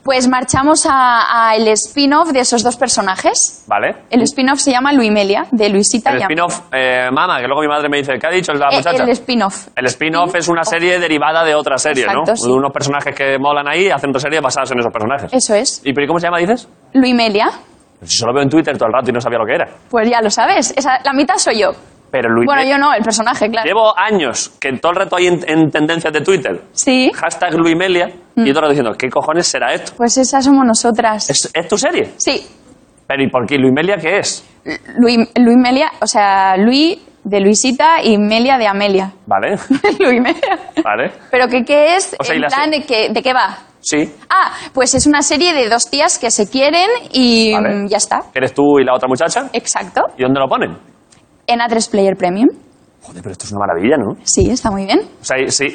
Speaker 8: Pues marchamos a, a el spin-off de esos dos personajes.
Speaker 1: ¿Vale?
Speaker 8: El spin-off se llama Luimelia, de Luisita
Speaker 1: El
Speaker 8: y Am-
Speaker 1: spin-off, eh, mama, que luego mi madre me dice, ¿qué ha dicho la
Speaker 8: Eh,
Speaker 1: muchacha?
Speaker 8: el spin-off.
Speaker 1: El spin-off es una serie derivada de otra serie, ¿no?
Speaker 8: Exacto, sí.
Speaker 1: De unos personajes que molan ahí y hacen otra serie basadas en esos personajes.
Speaker 8: Eso es.
Speaker 1: ¿Y pero ¿y cómo se llama, dices?
Speaker 8: Luimelia,
Speaker 1: Si solo veo en Twitter todo el rato y no sabía lo que era.
Speaker 8: pues ya lo sabes. Esa, la mitad soy yo.
Speaker 1: Pero Luis...
Speaker 8: Bueno, yo no, el personaje, claro.
Speaker 1: Llevo años que todo el rato hay en, en tendencias de Twitter.
Speaker 8: Sí,
Speaker 1: Hashtag
Speaker 8: Mm.
Speaker 1: Luimelia. Y todo el rato diciendo, ¿qué cojones será esto?
Speaker 8: pues esas somos nosotras.
Speaker 1: ¿Es, es tu serie?
Speaker 8: Sí,
Speaker 1: Pero ¿y por qué? ¿Luis Melia qué es?
Speaker 8: Luis, Luis Melia, o sea, Luis de Luisita y Melia de Amelia.
Speaker 1: ¿Vale?
Speaker 8: Luis Melia.
Speaker 1: Vale.
Speaker 8: ¿Pero que, qué es?
Speaker 1: O sea, y
Speaker 8: en
Speaker 1: la se-
Speaker 8: plan, de, qué- ¿de qué va?
Speaker 1: Sí.
Speaker 8: Ah, pues es una serie de dos tías que se quieren y
Speaker 1: Vale.
Speaker 8: mm, ya está.
Speaker 1: ¿Eres tú y la otra muchacha?
Speaker 8: Exacto.
Speaker 1: ¿Y dónde lo ponen?
Speaker 8: En A3 Player Premium.
Speaker 1: Joder, pero esto es una maravilla, ¿no?
Speaker 8: Sí, está muy bien.
Speaker 1: O sea, sí.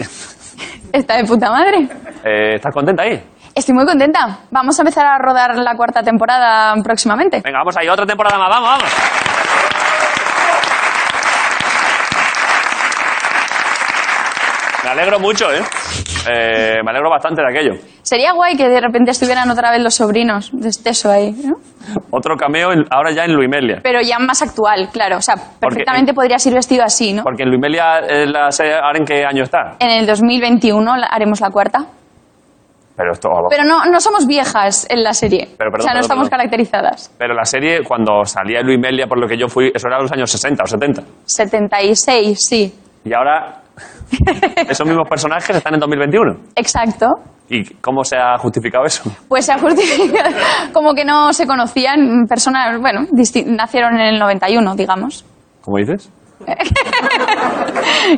Speaker 8: Está de puta madre.
Speaker 1: Eh, ¿Estás contenta ahí?
Speaker 8: Estoy muy contenta. Vamos a empezar a rodar la cuarta temporada próximamente.
Speaker 1: Venga, vamos ahí, otra temporada más, vamos, vamos. Me alegro mucho, ¿eh? Eh, Me alegro bastante de aquello.
Speaker 8: Sería guay que de repente estuvieran otra vez los sobrinos de Esteso ahí, ¿no?
Speaker 1: Otro cameo en- ahora ya en Luimelia.
Speaker 8: Pero ya más actual, claro. O sea,
Speaker 1: Porque- eh,
Speaker 8: perfectamente podrías ir vestido así, ¿no?
Speaker 1: Porque en Luimelia, eh, la serie, ¿ahora en qué año está?
Speaker 8: En el 2021 la- haremos la cuarta.
Speaker 1: Pero esto...
Speaker 8: Pero no, no somos viejas en la serie.
Speaker 1: Pero, perdón,
Speaker 8: o sea, no
Speaker 1: perdón,
Speaker 8: estamos
Speaker 1: perdón.
Speaker 8: caracterizadas.
Speaker 1: Pero la serie, cuando salía en Luimelia, por lo que yo fui, eso era los años 60 o 70.
Speaker 8: 76, sí.
Speaker 1: Y ahora esos mismos personajes están en 2021.
Speaker 8: Exacto.
Speaker 1: ¿Y cómo se ha justificado eso?
Speaker 8: Pues se ha justificado. Como que no se conocían personas, bueno, disti- nacieron en el 91, digamos.
Speaker 1: ¿Cómo dices?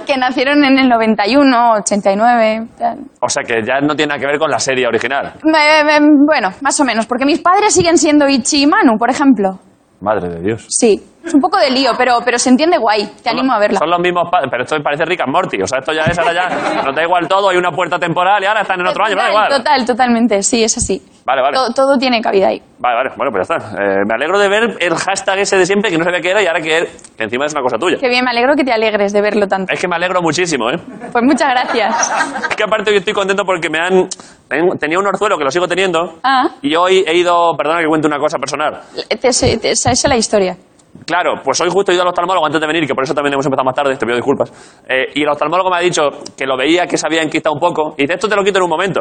Speaker 8: Que nacieron en el 91, 89. tal.
Speaker 1: O sea que ya no tiene nada que ver con la serie original.
Speaker 8: Me- me- bueno, más o menos, porque mis padres siguen siendo Ichi y Manu, por ejemplo.
Speaker 1: Madre de Dios.
Speaker 8: Sí, es un poco de lío, pero, pero se entiende guay. Te animo a verla.
Speaker 1: Son los mismos padres, pero esto parece Rick and Morty. O sea, esto ya es, ahora ya nos da igual todo, hay una puerta temporal y ahora están en otro año, me da
Speaker 8: Total,
Speaker 1: igual.
Speaker 8: total, totalmente, sí, es así.
Speaker 1: Vale, vale.
Speaker 8: Todo, todo tiene cabida ahí.
Speaker 1: Vale, vale, bueno, pues ya está. Eh, me alegro de ver el hashtag ese de siempre que no sabía qué era y ahora que, que encima es una cosa tuya.
Speaker 8: Qué bien, me alegro que te alegres de verlo tanto.
Speaker 1: Es que me alegro muchísimo, ¿eh?
Speaker 8: Pues muchas gracias.
Speaker 1: Es que aparte hoy estoy contento porque me han... ten- tenía un orzuelo que lo sigo teniendo
Speaker 8: Ah.
Speaker 1: y hoy he ido... Perdona que cuente una cosa personal.
Speaker 8: Te- se- te- esa esa es la historia.
Speaker 1: Claro, pues hoy justo he ido al oftalmólogo antes de venir, que por eso también hemos empezado más tarde, te pido disculpas. Eh, y el oftalmólogo me ha dicho que lo veía, que se había enquistado un poco, y dice, esto te lo quito en un momento.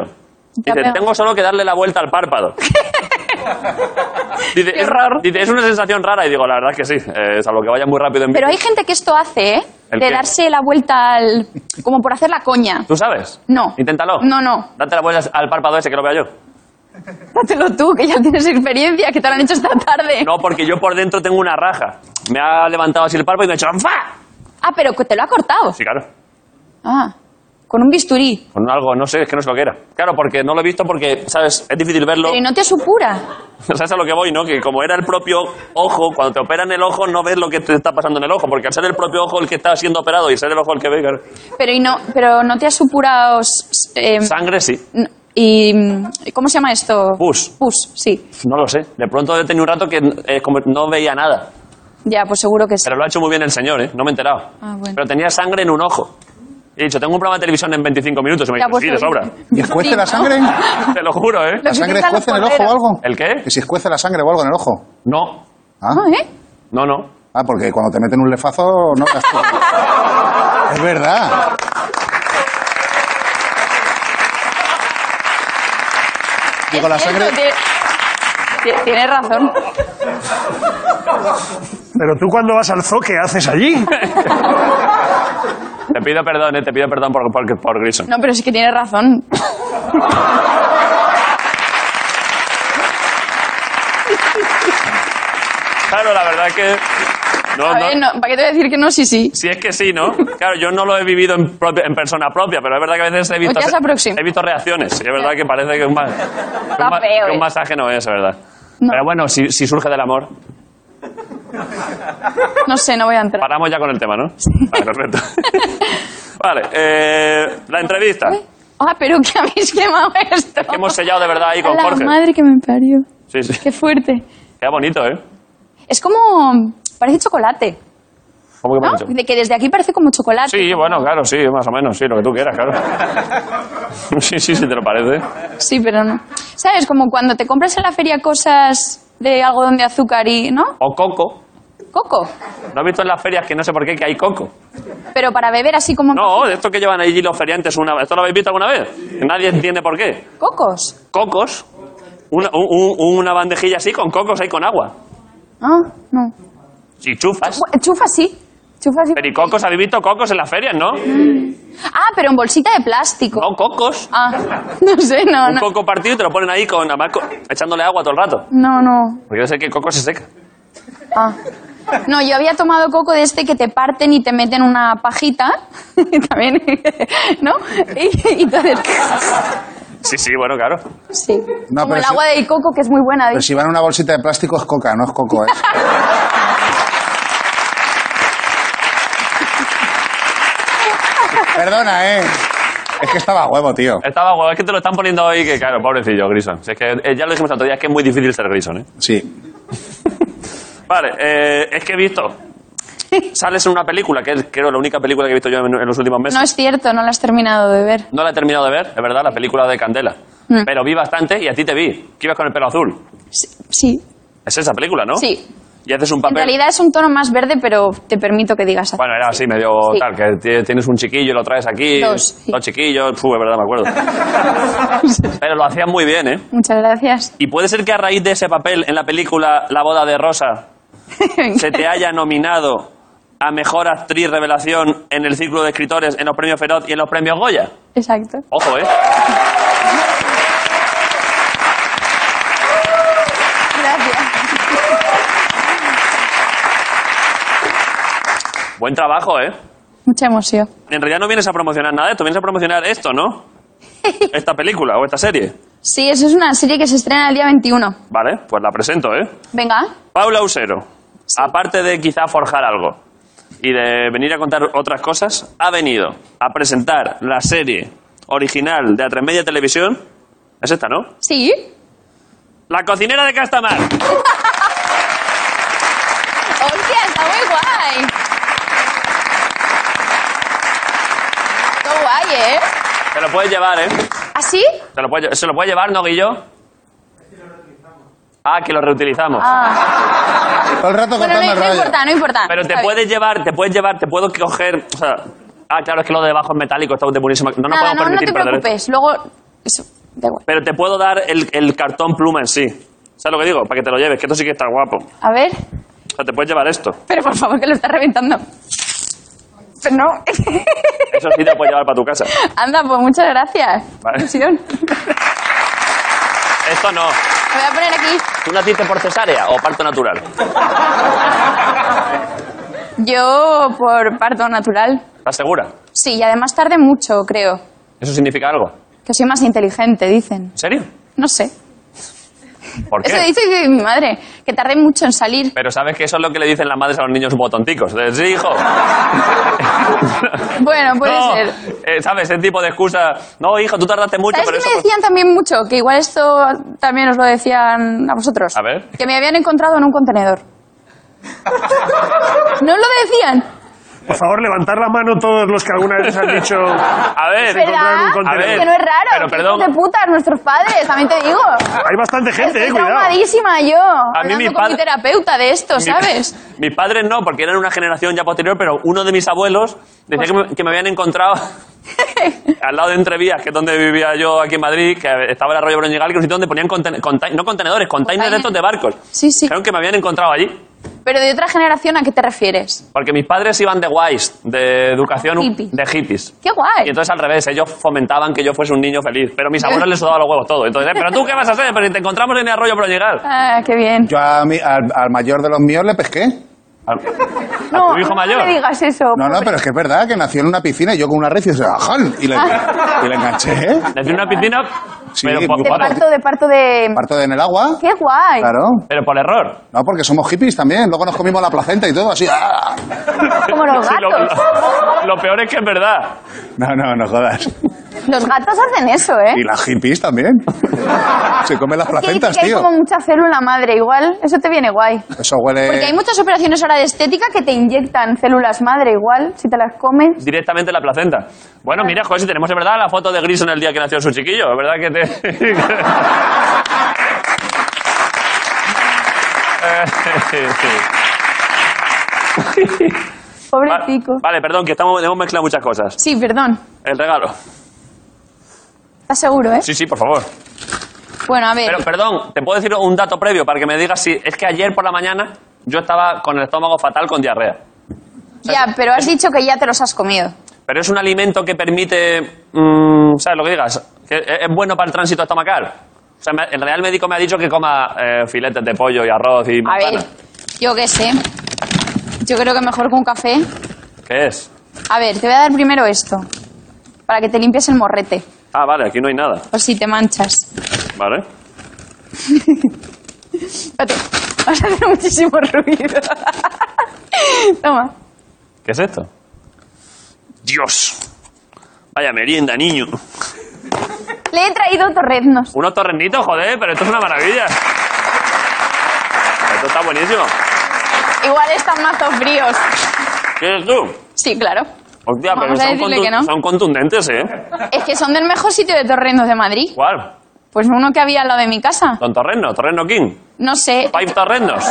Speaker 8: Ya
Speaker 1: Dice,
Speaker 8: veo.
Speaker 1: tengo solo que darle la vuelta al párpado. dice,
Speaker 8: Qué
Speaker 1: es,
Speaker 8: horror.
Speaker 1: dice, es una sensación rara, y digo, la verdad es que sí, eh, salvo que vaya muy rápido en
Speaker 8: Pero hay gente que esto hace, ¿eh?
Speaker 1: ¿El
Speaker 8: De
Speaker 1: qué?
Speaker 8: darse la vuelta al. como por hacer la coña.
Speaker 1: ¿Tú sabes?
Speaker 8: No.
Speaker 1: Inténtalo.
Speaker 8: No, no.
Speaker 1: Date la vuelta al párpado ese que lo vea yo.
Speaker 8: Dátelo tú, que ya tienes experiencia, que te lo han hecho esta tarde.
Speaker 1: No, porque yo por dentro tengo una raja. Me ha levantado así el párpado y me ha hecho ¡Fa!
Speaker 8: Ah, pero que te lo ha cortado.
Speaker 1: Sí, claro.
Speaker 8: Ah, con un bisturí.
Speaker 1: Con algo, no sé, es que no es lo que era. Claro, porque no lo he visto porque, ¿sabes? Es difícil verlo.
Speaker 8: Pero ¿y no te supura?
Speaker 1: ¿Sabes a lo que voy, no? Que como era el propio ojo, cuando te operan el ojo no ves lo que te está pasando en el ojo, porque al ser el propio ojo el que está siendo operado y ser el ojo el que ve, claro.
Speaker 8: Pero ¿y no, pero no te ha supurado... s- s- eh,
Speaker 1: Sangre sí.
Speaker 8: n- ¿Y mm, cómo se llama esto?
Speaker 1: Pus.
Speaker 8: Pus, sí.
Speaker 1: No lo sé. De pronto he tenido un rato que eh, como no veía nada.
Speaker 8: Ya, pues seguro que sí.
Speaker 1: Pero lo ha hecho muy bien el señor, ¿eh? No me he enterado.
Speaker 8: Ah, bueno.
Speaker 1: Pero tenía sangre en un ojo. He dicho, tengo un programa de televisión en 25 minutos. Y me
Speaker 8: Ya,
Speaker 1: dijo,
Speaker 8: pues
Speaker 1: sí, de
Speaker 8: lo-
Speaker 1: sobra.
Speaker 5: ¿Y escuece la
Speaker 8: Sí, ¿no?
Speaker 5: sangre?
Speaker 1: Te lo juro, ¿eh?
Speaker 8: Lo
Speaker 5: ¿La sangre
Speaker 8: utilizan los
Speaker 5: escuece en el ojo o
Speaker 8: corderos.
Speaker 5: algo?
Speaker 1: ¿El qué?
Speaker 5: Que si escuece la sangre o algo en el ojo.
Speaker 1: No.
Speaker 5: Ah,
Speaker 8: Ah, ¿eh?
Speaker 1: No, no.
Speaker 5: ah porque cuando te meten un lefazo no Es verdad. Digo, la
Speaker 8: Es cierto,
Speaker 5: sangre...
Speaker 8: ti- ti- Tienes razón.
Speaker 3: Pero tú cuando vas al zoo, ¿qué haces allí?
Speaker 1: Te pido perdón, ¿eh? Te pido perdón por, por, por Grison.
Speaker 8: No, pero sí que tienes razón.
Speaker 1: Claro, la verdad es que... No,
Speaker 8: A
Speaker 1: no-
Speaker 8: ver, no, ¿para qué te voy a decir que no? Sí, sí.
Speaker 1: Si es que sí, ¿no? Claro, yo no lo he vivido en, propia- en persona propia, pero es verdad que a veces he visto,
Speaker 8: Pues ya se aproxima.
Speaker 1: he visto reacciones. Y es verdad que parece que un, ma- que un ma-
Speaker 8: feo
Speaker 1: que un
Speaker 8: eso.
Speaker 1: masaje no es, es verdad.
Speaker 8: No.
Speaker 1: Pero bueno, si, si surge del amor,
Speaker 8: No sé, no voy a entrar.
Speaker 1: paramos ya con el tema, ¿no? Vale, perfecto. vale, eh, la entrevista.
Speaker 8: Uy, Ah, pero que habéis quemado esto.
Speaker 1: que hemos sellado de verdad ahí con
Speaker 8: A la
Speaker 1: Jorge.
Speaker 8: madre que me parió.
Speaker 1: Sí, sí.
Speaker 8: Qué fuerte.
Speaker 1: Queda bonito, ¿eh?
Speaker 8: Es como... parece chocolate,
Speaker 1: ¿Cómo que
Speaker 8: ¿no?
Speaker 1: bonito?
Speaker 8: De que desde aquí parece como chocolate.
Speaker 1: Sí, bueno, claro, sí, más o menos, sí, lo que tú quieras, claro. Sí, sí, sí, te lo parece.
Speaker 8: Sí, pero no. ¿Sabes? Como cuando te compras en la feria cosas de algodón de azúcar y... ¿no?
Speaker 1: O coco.
Speaker 8: Coco.
Speaker 1: ¿No has visto en las ferias que no sé por qué que hay coco?
Speaker 8: Pero para beber así como...
Speaker 1: No, de esto que llevan allí los feriantes una ¿Esto lo habéis visto alguna vez? Nadie entiende por qué.
Speaker 8: Cocos.
Speaker 1: Cocos. Una, un- un- una bandejilla así con cocos ahí con agua.
Speaker 8: Ah, no.
Speaker 1: Y chufas.
Speaker 8: Bu- Chufa sí. Chufas y...
Speaker 1: Pero ¿y cocos? ¿Habéis visto cocos en las ferias, no?
Speaker 8: Ah, pero en bolsita de plástico.
Speaker 1: No, cocos.
Speaker 8: Ah, no sé, no,
Speaker 1: Un
Speaker 8: no.
Speaker 1: coco partido y te lo ponen ahí con, además, co- echándole agua todo el rato.
Speaker 8: No, no.
Speaker 1: Porque yo sé que el coco se seca.
Speaker 8: Ah. No, yo había tomado coco de este que te parten y te meten una pajita. También, ¿no? Y, y entonces...
Speaker 1: Sí, sí, bueno, claro.
Speaker 8: Sí.
Speaker 5: No,
Speaker 8: Como
Speaker 5: pero
Speaker 8: el
Speaker 5: sí-
Speaker 8: agua de coco, que es muy buena.
Speaker 5: Pero si va en una bolsita de plástico es coca, no es coco, ¿eh? Perdona, ¿eh? Es que estaba a huevo, tío.
Speaker 1: Estaba guapo. Es que te lo están poniendo hoy que, claro, pobrecillo, Grison. Si es que eh, ya lo dijimos el otro día, es que es muy difícil ser Grison, ¿eh?
Speaker 5: Sí.
Speaker 1: Vale, eh, es que he visto... Sales en una película, que es creo la única película que he visto yo en, en los últimos meses.
Speaker 8: No es cierto, no la has terminado de ver.
Speaker 1: No la he terminado de ver, es verdad, la película de Candela.
Speaker 8: Mm.
Speaker 1: Pero vi bastante y a ti te vi, que ibas con el pelo azul.
Speaker 8: Sí. sí.
Speaker 1: Es esa película, ¿no?
Speaker 8: Sí.
Speaker 1: Y haces un
Speaker 8: En
Speaker 1: papel...
Speaker 8: realidad es un tono más verde, pero te permito que digas así.
Speaker 1: Bueno, era así, medio
Speaker 8: Sí.
Speaker 1: tal, que ti- tienes un chiquillo, lo traes aquí.
Speaker 8: Dos, sí.
Speaker 1: Dos chiquillos, puh, es verdad, me acuerdo. Pero lo hacías muy bien, ¿eh?
Speaker 8: Muchas gracias.
Speaker 1: Y puede ser que a raíz de ese papel en la película La boda de Rosa se te haya nominado a Mejor Actriz Revelación en el Círculo de Escritores, en los Premios Feroz y en los Premios Goya.
Speaker 8: Exacto.
Speaker 1: Ojo, ¿eh?
Speaker 8: Gracias.
Speaker 1: Buen trabajo, ¿eh?
Speaker 8: Mucha emoción.
Speaker 1: En realidad no vienes a promocionar nada de esto, vienes a promocionar esto, ¿no? Esta película o esta serie.
Speaker 8: Sí, eso es una serie que se estrena el día 21.
Speaker 1: Vale, pues la presento, ¿eh?
Speaker 8: Venga.
Speaker 1: Paula Usero, aparte de quizá forjar algo y de venir a contar otras cosas, ha venido a presentar la serie original de A3 Media Televisión. Es esta, ¿no?
Speaker 8: Sí.
Speaker 1: La cocinera de Castamar.
Speaker 8: Hostia, está muy guay. Está guay, ¿eh?
Speaker 1: Te lo puedes llevar, ¿eh?
Speaker 8: ¿Así?
Speaker 1: Te lo puedes lle- ¿Se lo puede llevar, no, Guillo? Ah, que lo reutilizamos.
Speaker 8: Ah.
Speaker 5: Todo el rato
Speaker 8: Bueno, no,
Speaker 5: cortando el
Speaker 8: no
Speaker 5: rollo.
Speaker 8: importa, no importa.
Speaker 1: Pero te
Speaker 8: Está bien.
Speaker 1: puedes llevar, te puedes llevar, te puedo coger. o sea, ah, claro, es que lo de debajo es metálico, está de buenísima. No nos
Speaker 8: Nada,
Speaker 1: podemos
Speaker 8: no, no
Speaker 1: permitir
Speaker 8: te
Speaker 1: perder esto.
Speaker 8: preocupes. Luego... Eso, da igual.
Speaker 1: Pero te puedo dar el, el cartón pluma en sí. ¿Sabes lo que digo? Para que te lo lleves, que esto sí que está guapo.
Speaker 8: A ver.
Speaker 1: O sea, te puedes llevar esto.
Speaker 8: Pero por favor, que lo estás reventando. Pero no.
Speaker 1: Eso sí te puedes llevar para tu casa.
Speaker 8: Anda, pues muchas gracias.
Speaker 1: Vale.
Speaker 8: Ilusión.
Speaker 1: Esto no.
Speaker 8: Me voy a poner aquí.
Speaker 1: ¿Tú naciste por cesárea o parto natural?
Speaker 8: Yo por parto natural.
Speaker 1: ¿Estás segura?
Speaker 8: Sí, y además tarde mucho, creo.
Speaker 1: ¿Eso significa algo?
Speaker 8: Que soy más inteligente, dicen.
Speaker 1: ¿En serio?
Speaker 8: No sé.
Speaker 1: ¿Por
Speaker 8: Eso
Speaker 1: qué?
Speaker 8: dice dice mi madre, que tardé mucho en salir.
Speaker 1: Pero sabes que eso es lo que le dicen las madres a los niños botonticos. De, sí, hijo.
Speaker 8: Bueno, puede
Speaker 1: No.
Speaker 8: ser.
Speaker 1: Eh, ¿Sabes? Ese tipo de excusa. No, hijo, tú tardaste mucho,
Speaker 8: ¿Sabes
Speaker 1: pero
Speaker 8: que
Speaker 1: eso...
Speaker 8: me decían también mucho? Que igual esto también os lo decían a vosotros.
Speaker 1: A ver.
Speaker 8: Que me habían encontrado en un contenedor. ¿No os lo decían?
Speaker 3: Por favor, levantar la mano todos los que alguna vez han dicho...
Speaker 1: A ver,
Speaker 3: Se encontraron en
Speaker 8: ¿Verdad?
Speaker 3: un contenedor.
Speaker 1: A ver,
Speaker 8: Que no es raro.
Speaker 1: pero
Speaker 8: que
Speaker 1: perdón.
Speaker 8: hijos de putas, nuestros padres, también te digo.
Speaker 3: Hay bastante gente,
Speaker 8: Estoy
Speaker 3: eh, cuidado.
Speaker 8: traumadísima yo. A
Speaker 1: mí mi
Speaker 8: con
Speaker 1: padre-
Speaker 8: mi terapeuta de esto,
Speaker 1: Mi-
Speaker 8: ¿sabes?
Speaker 1: mis padres no, porque eran una generación ya posterior, pero uno de mis abuelos decía que, me, que me habían encontrado al lado de Entrevías, que es donde vivía yo aquí en Madrid, que estaba el arroyo Broñigal, que era un sitio donde ponían conten- contain- no contenedores, containers
Speaker 8: Container.
Speaker 1: de estos de barcos.
Speaker 8: Sí, sí.
Speaker 1: Creo que me habían encontrado allí.
Speaker 8: Pero de otra generación, ¿a qué te refieres?
Speaker 1: Porque mis padres iban de guays, de educación,
Speaker 8: Hippie.
Speaker 1: de hippies.
Speaker 8: ¡Qué guay!
Speaker 1: Y entonces al revés, ellos fomentaban que yo fuese un niño feliz. Pero mis abuelos les sudaban los huevos todo. Entonces, "Eh, ¿pero tú qué vas a hacer? Pero si te encontramos en el arroyo Broñigal.
Speaker 8: Ah, qué bien.
Speaker 5: Yo a mi- al, al mayor de los míos le pesqué.
Speaker 1: A, a
Speaker 8: no,
Speaker 1: tu hijo
Speaker 8: no
Speaker 1: mayor.
Speaker 8: me digas eso. Pues,
Speaker 5: No, no,
Speaker 8: pobre.
Speaker 5: pero es que es verdad que nació en una piscina y yo con una red y se ¡ajal! Y le, y le enganché, ¿eh?
Speaker 1: Desde una piscina,
Speaker 5: Sí,
Speaker 1: pero,
Speaker 5: muy
Speaker 1: por,
Speaker 8: De
Speaker 5: guapo.
Speaker 8: parto, de parto de...
Speaker 5: Parto de en el agua.
Speaker 8: ¡Qué guay!
Speaker 5: Claro.
Speaker 1: pero por error.
Speaker 5: No, porque somos hippies también. Luego nos comimos la placenta y todo, así. ¡ah!
Speaker 8: Como los
Speaker 1: Sí, lo,
Speaker 8: gatos.
Speaker 1: lo- lo peor es que es verdad.
Speaker 5: No, no, no jodas.
Speaker 8: Los gatos hacen eso, ¿eh?
Speaker 5: Y las hippies también. Se comen las
Speaker 8: Es que dice
Speaker 5: placentas,
Speaker 8: que hay
Speaker 5: tío. Eh.
Speaker 8: como mucha célula madre, igual. Eso te viene guay.
Speaker 5: Eso
Speaker 8: Porque hay
Speaker 5: huele.
Speaker 8: muchas operaciones ahora de estética que te inyectan células madre, igual, si te las comes.
Speaker 1: Directamente la placenta. Bueno, mira, joder, si tenemos, es verdad, la foto de Grison el día que nació su chiquillo. Es verdad que te... Eh,
Speaker 8: Pobrecico.
Speaker 1: Vale, perdón, que estamos, hemos mezclado muchas cosas.
Speaker 8: Sí, perdón.
Speaker 1: El regalo.
Speaker 8: ¿Estás seguro, eh?
Speaker 1: Sí, sí, por favor.
Speaker 8: Bueno, a ver.
Speaker 1: Pero, perdón, ¿te puedo decir un dato previo para que me digas si... Es que ayer por la mañana yo estaba con el estómago fatal con diarrea. O
Speaker 8: Ya, pero has dicho que ya te los has comido.
Speaker 1: Pero es un alimento que permite. mm, ¿Sabes lo que digas? Que e-, es es bueno para el tránsito estomacal. O sea, me- en realidad el médico me ha dicho que coma eh, filetes de pollo y arroz y
Speaker 8: A
Speaker 1: manzana.
Speaker 8: ver, yo qué sé. Yo creo que mejor que un café.
Speaker 1: ¿Qué es?
Speaker 8: A ver, te voy a dar primero esto. Para que te limpies el morrete.
Speaker 1: Ah, vale, aquí no hay nada.
Speaker 8: O si te manchas.
Speaker 1: Vale.
Speaker 8: Espérate, vas a hacer muchísimo ruido. Toma.
Speaker 1: ¿Qué es esto? Dios. Vaya merienda, niño.
Speaker 8: Le he traído torreznos.
Speaker 1: Unos torrenditos, joder, pero esto es una maravilla. Esto está buenísimo.
Speaker 8: Igual están mazo fríos.
Speaker 1: ¿Qué es tú?
Speaker 8: Sí, claro.
Speaker 1: Hostia, pero
Speaker 8: Vamos a
Speaker 1: son,
Speaker 8: decirle
Speaker 1: contu-
Speaker 8: que no.
Speaker 1: son contundentes, ¿eh?
Speaker 8: Es que son del mejor sitio de torreznos de Madrid.
Speaker 1: ¿Cuál?
Speaker 8: Pues uno que había al lado de mi casa.
Speaker 1: Don Torreno, Torreno King.
Speaker 8: No sé.
Speaker 1: Five Torrendos.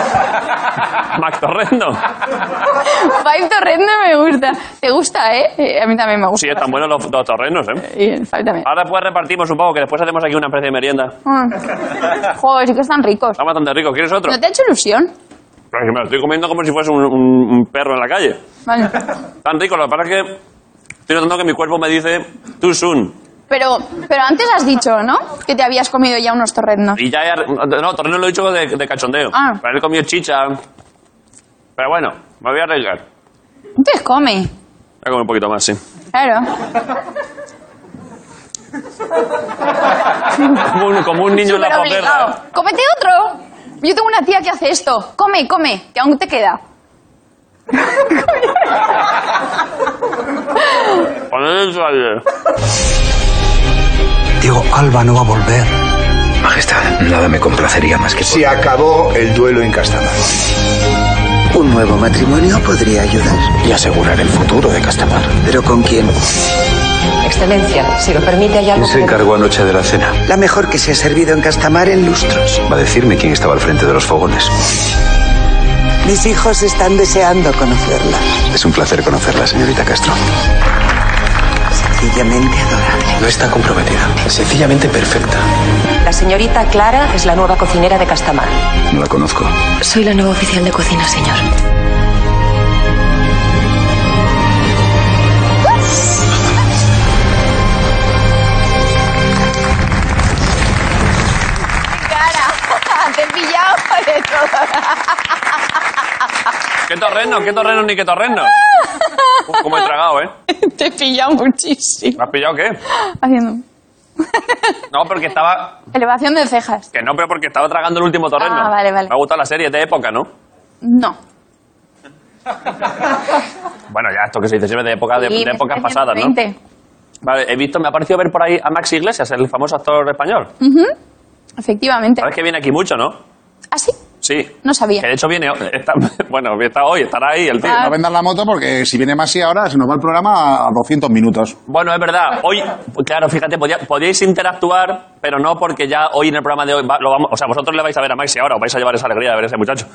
Speaker 1: Mac Torrendo.
Speaker 8: Five Torreznos me gusta. ¿Te gusta, eh? eh? A mí también me gusta.
Speaker 1: Sí, están buenos los, los torrenos, ¿eh?
Speaker 8: Y el Five también.
Speaker 1: Ahora después repartimos un poco, que después hacemos aquí una especie de merienda.
Speaker 8: Mm. Joder, sí que están ricos.
Speaker 1: Está bastante rico. ¿Quieres otro?
Speaker 8: ¿No te ha hecho ilusión?
Speaker 1: Pero es que me lo estoy comiendo como si fuese un, un- un perro en la calle.
Speaker 8: Vale.
Speaker 1: Tan rico. Lo que pasa es que estoy notando que mi cuerpo me dice too soon.
Speaker 8: Pero, pero antes has dicho, ¿no? Que te habías comido ya unos torreznos.
Speaker 1: Y ya... he ar- No, torreno lo he dicho de, de cachondeo.
Speaker 8: Ah.
Speaker 1: Pero he comido chicha. Pero bueno, me voy a arriesgar. Voy
Speaker 8: Entonces come.
Speaker 1: a comer un poquito más, sí.
Speaker 8: Claro.
Speaker 1: Como un, como un niño en la
Speaker 8: Súper
Speaker 1: papelera.
Speaker 8: obligado. ¡Cómete otro! Yo tengo una tía que hace esto. Come, come, que aún te queda.
Speaker 1: Poned eso ahí.
Speaker 9: Digo, Alba no va a volver.
Speaker 10: Majestad, nada me complacería más que...
Speaker 9: Se acabó el duelo en Castamar. Un nuevo matrimonio podría ayudar,
Speaker 10: Y asegurar el futuro de Castamar.
Speaker 9: pero ¿con quién?
Speaker 11: Excelencia, si lo permite, hay
Speaker 10: ¿Quién
Speaker 11: algo
Speaker 10: se
Speaker 11: que...
Speaker 10: encargó anoche de la cena?
Speaker 9: La mejor que se ha servido en Castamar en lustros.
Speaker 10: Va a decirme quién estaba al frente de los fogones.
Speaker 9: Mis hijos están deseando conocerla.
Speaker 10: Es un placer conocerla, señorita Castro.
Speaker 9: Sencillamente adorable.
Speaker 10: No está comprometida. Es sencillamente perfecta.
Speaker 11: La señorita Clara es la nueva cocinera de Castamar.
Speaker 10: No la conozco.
Speaker 11: Soy la nueva oficial de cocina, señor.
Speaker 8: ¡Cara! Te he pillado de todo.
Speaker 1: ¿Qué torreno? ¿Qué torreno ni qué torreno? Uf, cómo he tragado, ¿eh?
Speaker 8: Te he pillado muchísimo.
Speaker 1: ¿Me has pillado qué?
Speaker 8: Haciendo.
Speaker 1: No, porque estaba...
Speaker 8: Elevación de cejas.
Speaker 1: Que no, pero porque estaba tragando el último torreno.
Speaker 8: Ah, vale, vale.
Speaker 1: Me ha gustado la serie de época, ¿no?
Speaker 8: No.
Speaker 1: Bueno, ya, esto que se dice siempre de, época, Ah, de,
Speaker 8: Sí,
Speaker 1: de
Speaker 8: me
Speaker 1: épocas
Speaker 8: está
Speaker 1: pasadas, ¿no?
Speaker 8: 120.
Speaker 1: Vale, he visto, me ha parecido ver por ahí a Max Iglesias, el famoso actor español.
Speaker 8: Efectivamente.
Speaker 1: Sabes que viene aquí mucho, ¿no?
Speaker 8: ¿Ah, sí?
Speaker 1: Sí.
Speaker 8: No sabía.
Speaker 1: Que de hecho viene... está- bueno, está hoy, estará ahí el tío.
Speaker 5: No vendas la moto porque si viene Masi ahora se nos va el programa a 200 minutos.
Speaker 1: Bueno, es verdad. Hoy, claro, fíjate, podía- podíais interactuar, pero no porque ya hoy en el programa de hoy va- lo vamos, o sea, vosotros le vais a ver a Maxi ahora, os vais a llevar esa alegría de ver a ese muchacho.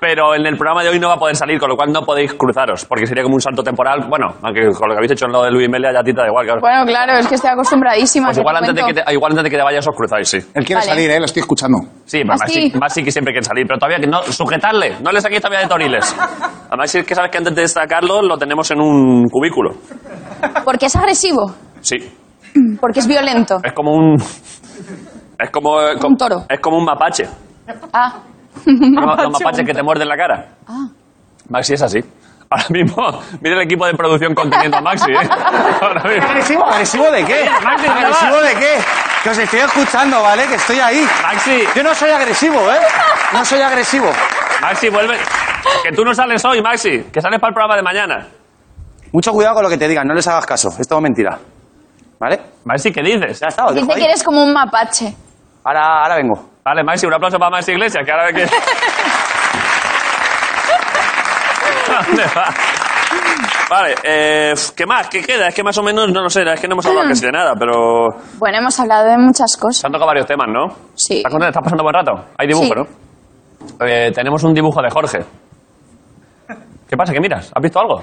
Speaker 1: Pero en el programa de hoy no va a poder salir, con lo cual no podéis cruzaros, porque sería como un salto temporal. Bueno, aunque con lo que habéis hecho en lo de Luis Melia ya a ti te da igual, claro.
Speaker 8: Bueno, claro, es que estoy acostumbradísima.
Speaker 1: Pues
Speaker 8: que
Speaker 1: igual
Speaker 8: te
Speaker 1: antes, de que
Speaker 8: cuento.
Speaker 1: te, igual antes de que te vayas os cruzáis, sí.
Speaker 5: Él quiere
Speaker 8: Vale.
Speaker 5: salir, ¿eh? Lo estoy escuchando.
Speaker 1: Sí,
Speaker 8: ¿Ah,
Speaker 1: más sí
Speaker 8: sí?
Speaker 1: que siempre quieren salir, pero todavía que no, sujetadle, no le saquéis todavía de toriles. Además, es que sabes que antes de sacarlo lo tenemos en un cubículo.
Speaker 8: Porque es agresivo.
Speaker 1: Sí,
Speaker 8: Porque es violento.
Speaker 1: Es como un. Es como.
Speaker 8: Un toro.
Speaker 1: Es como un mapache.
Speaker 8: Ah.
Speaker 1: No, Los mapaches que te muerden la cara.
Speaker 8: Ah.
Speaker 1: Maxi es así. Ahora mismo, mira el equipo de producción conteniendo a Maxi, ¿eh? Ahora mismo.
Speaker 9: ¿Agresivo? ¿Agresivo de qué?
Speaker 1: Maxi, ¿dónde
Speaker 9: ¿Agresivo
Speaker 1: vas?
Speaker 9: de qué? Que os estoy escuchando, ¿vale? Que estoy ahí.
Speaker 1: Maxi,
Speaker 9: Yo no soy agresivo, ¿eh? No soy agresivo.
Speaker 1: Maxi, vuelve. Que tú no sales hoy, Maxi. Que sales para el programa de mañana.
Speaker 9: Mucho cuidado con lo que te digan, no les hagas caso. Es todo mentira. ¿Vale?
Speaker 1: Maxi, ¿qué dices?
Speaker 9: Ya está, os dejo
Speaker 8: Dice
Speaker 9: ahí.
Speaker 8: que eres como un mapache.
Speaker 9: Ahora, ahora vengo.
Speaker 1: Vale, Maxi, un aplauso para Maxi Iglesias, que ahora ve que. ¿Dónde va? Vale, eh, ¿qué más? ¿Qué queda? Es que más o menos, no lo sé, es que no hemos hablado casi de nada, pero.
Speaker 8: Bueno, hemos hablado de muchas
Speaker 1: Se
Speaker 8: cosas.
Speaker 1: han tocado varios temas, ¿no?
Speaker 8: Sí.
Speaker 1: ¿Estás contenta? ¿Estás pasando buen rato? Hay dibujo,
Speaker 8: Sí.
Speaker 1: ¿no? Eh, tenemos un dibujo de Jorge. ¿Qué pasa? ¿Qué miras? ¿Has visto algo?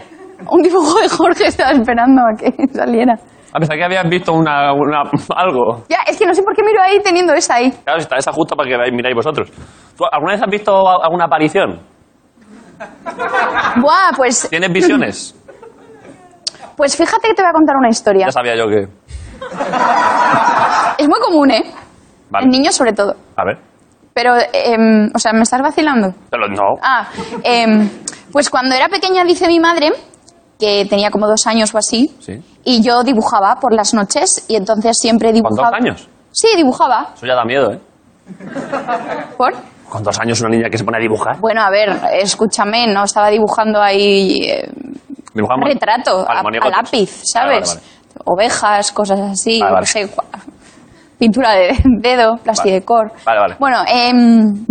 Speaker 8: Un dibujo de Jorge estaba esperando a que saliera.
Speaker 1: A pesar que habías visto una, una- algo.
Speaker 8: Ya, es que no sé por qué miro ahí teniendo esa ahí.
Speaker 1: Claro, está esa justo para que veáis- miráis vosotros. ¿Tú alguna vez has visto a- alguna aparición?
Speaker 8: Buah, pues.
Speaker 1: ¿Tienes visiones?
Speaker 8: Pues fíjate que te voy a contar una historia.
Speaker 1: Ya sabía yo que.
Speaker 8: Es muy común, ¿eh?
Speaker 1: Vale.
Speaker 8: En niños sobre todo.
Speaker 1: A ver.
Speaker 8: Pero, em, o sea, ¿me estás vacilando?
Speaker 1: Pero no.
Speaker 8: Ah, em, pues cuando era pequeña dice mi madre, que tenía como dos años o así,
Speaker 1: Sí.
Speaker 8: y yo dibujaba por las noches y entonces siempre
Speaker 1: ¿Con
Speaker 8: dibujaba...
Speaker 1: dos años?
Speaker 8: Sí, dibujaba.
Speaker 1: Eso ya da miedo, ¿eh?
Speaker 8: ¿Por?
Speaker 1: Con dos años una niña que se pone a dibujar.
Speaker 8: Bueno, a ver, escúchame, no estaba dibujando ahí eh,
Speaker 1: Dibujar mon-
Speaker 8: retrato
Speaker 1: Vale,
Speaker 8: a, a
Speaker 1: monigotes.
Speaker 8: lápiz,
Speaker 1: Ah, Vale,
Speaker 8: ¿sabes?
Speaker 1: vale,
Speaker 8: Ovejas, cosas así,
Speaker 1: Vale,
Speaker 8: no
Speaker 1: vale.
Speaker 8: sé, cua- pintura de dedo, plastidecor.
Speaker 1: Vale, vale.
Speaker 8: Bueno, em,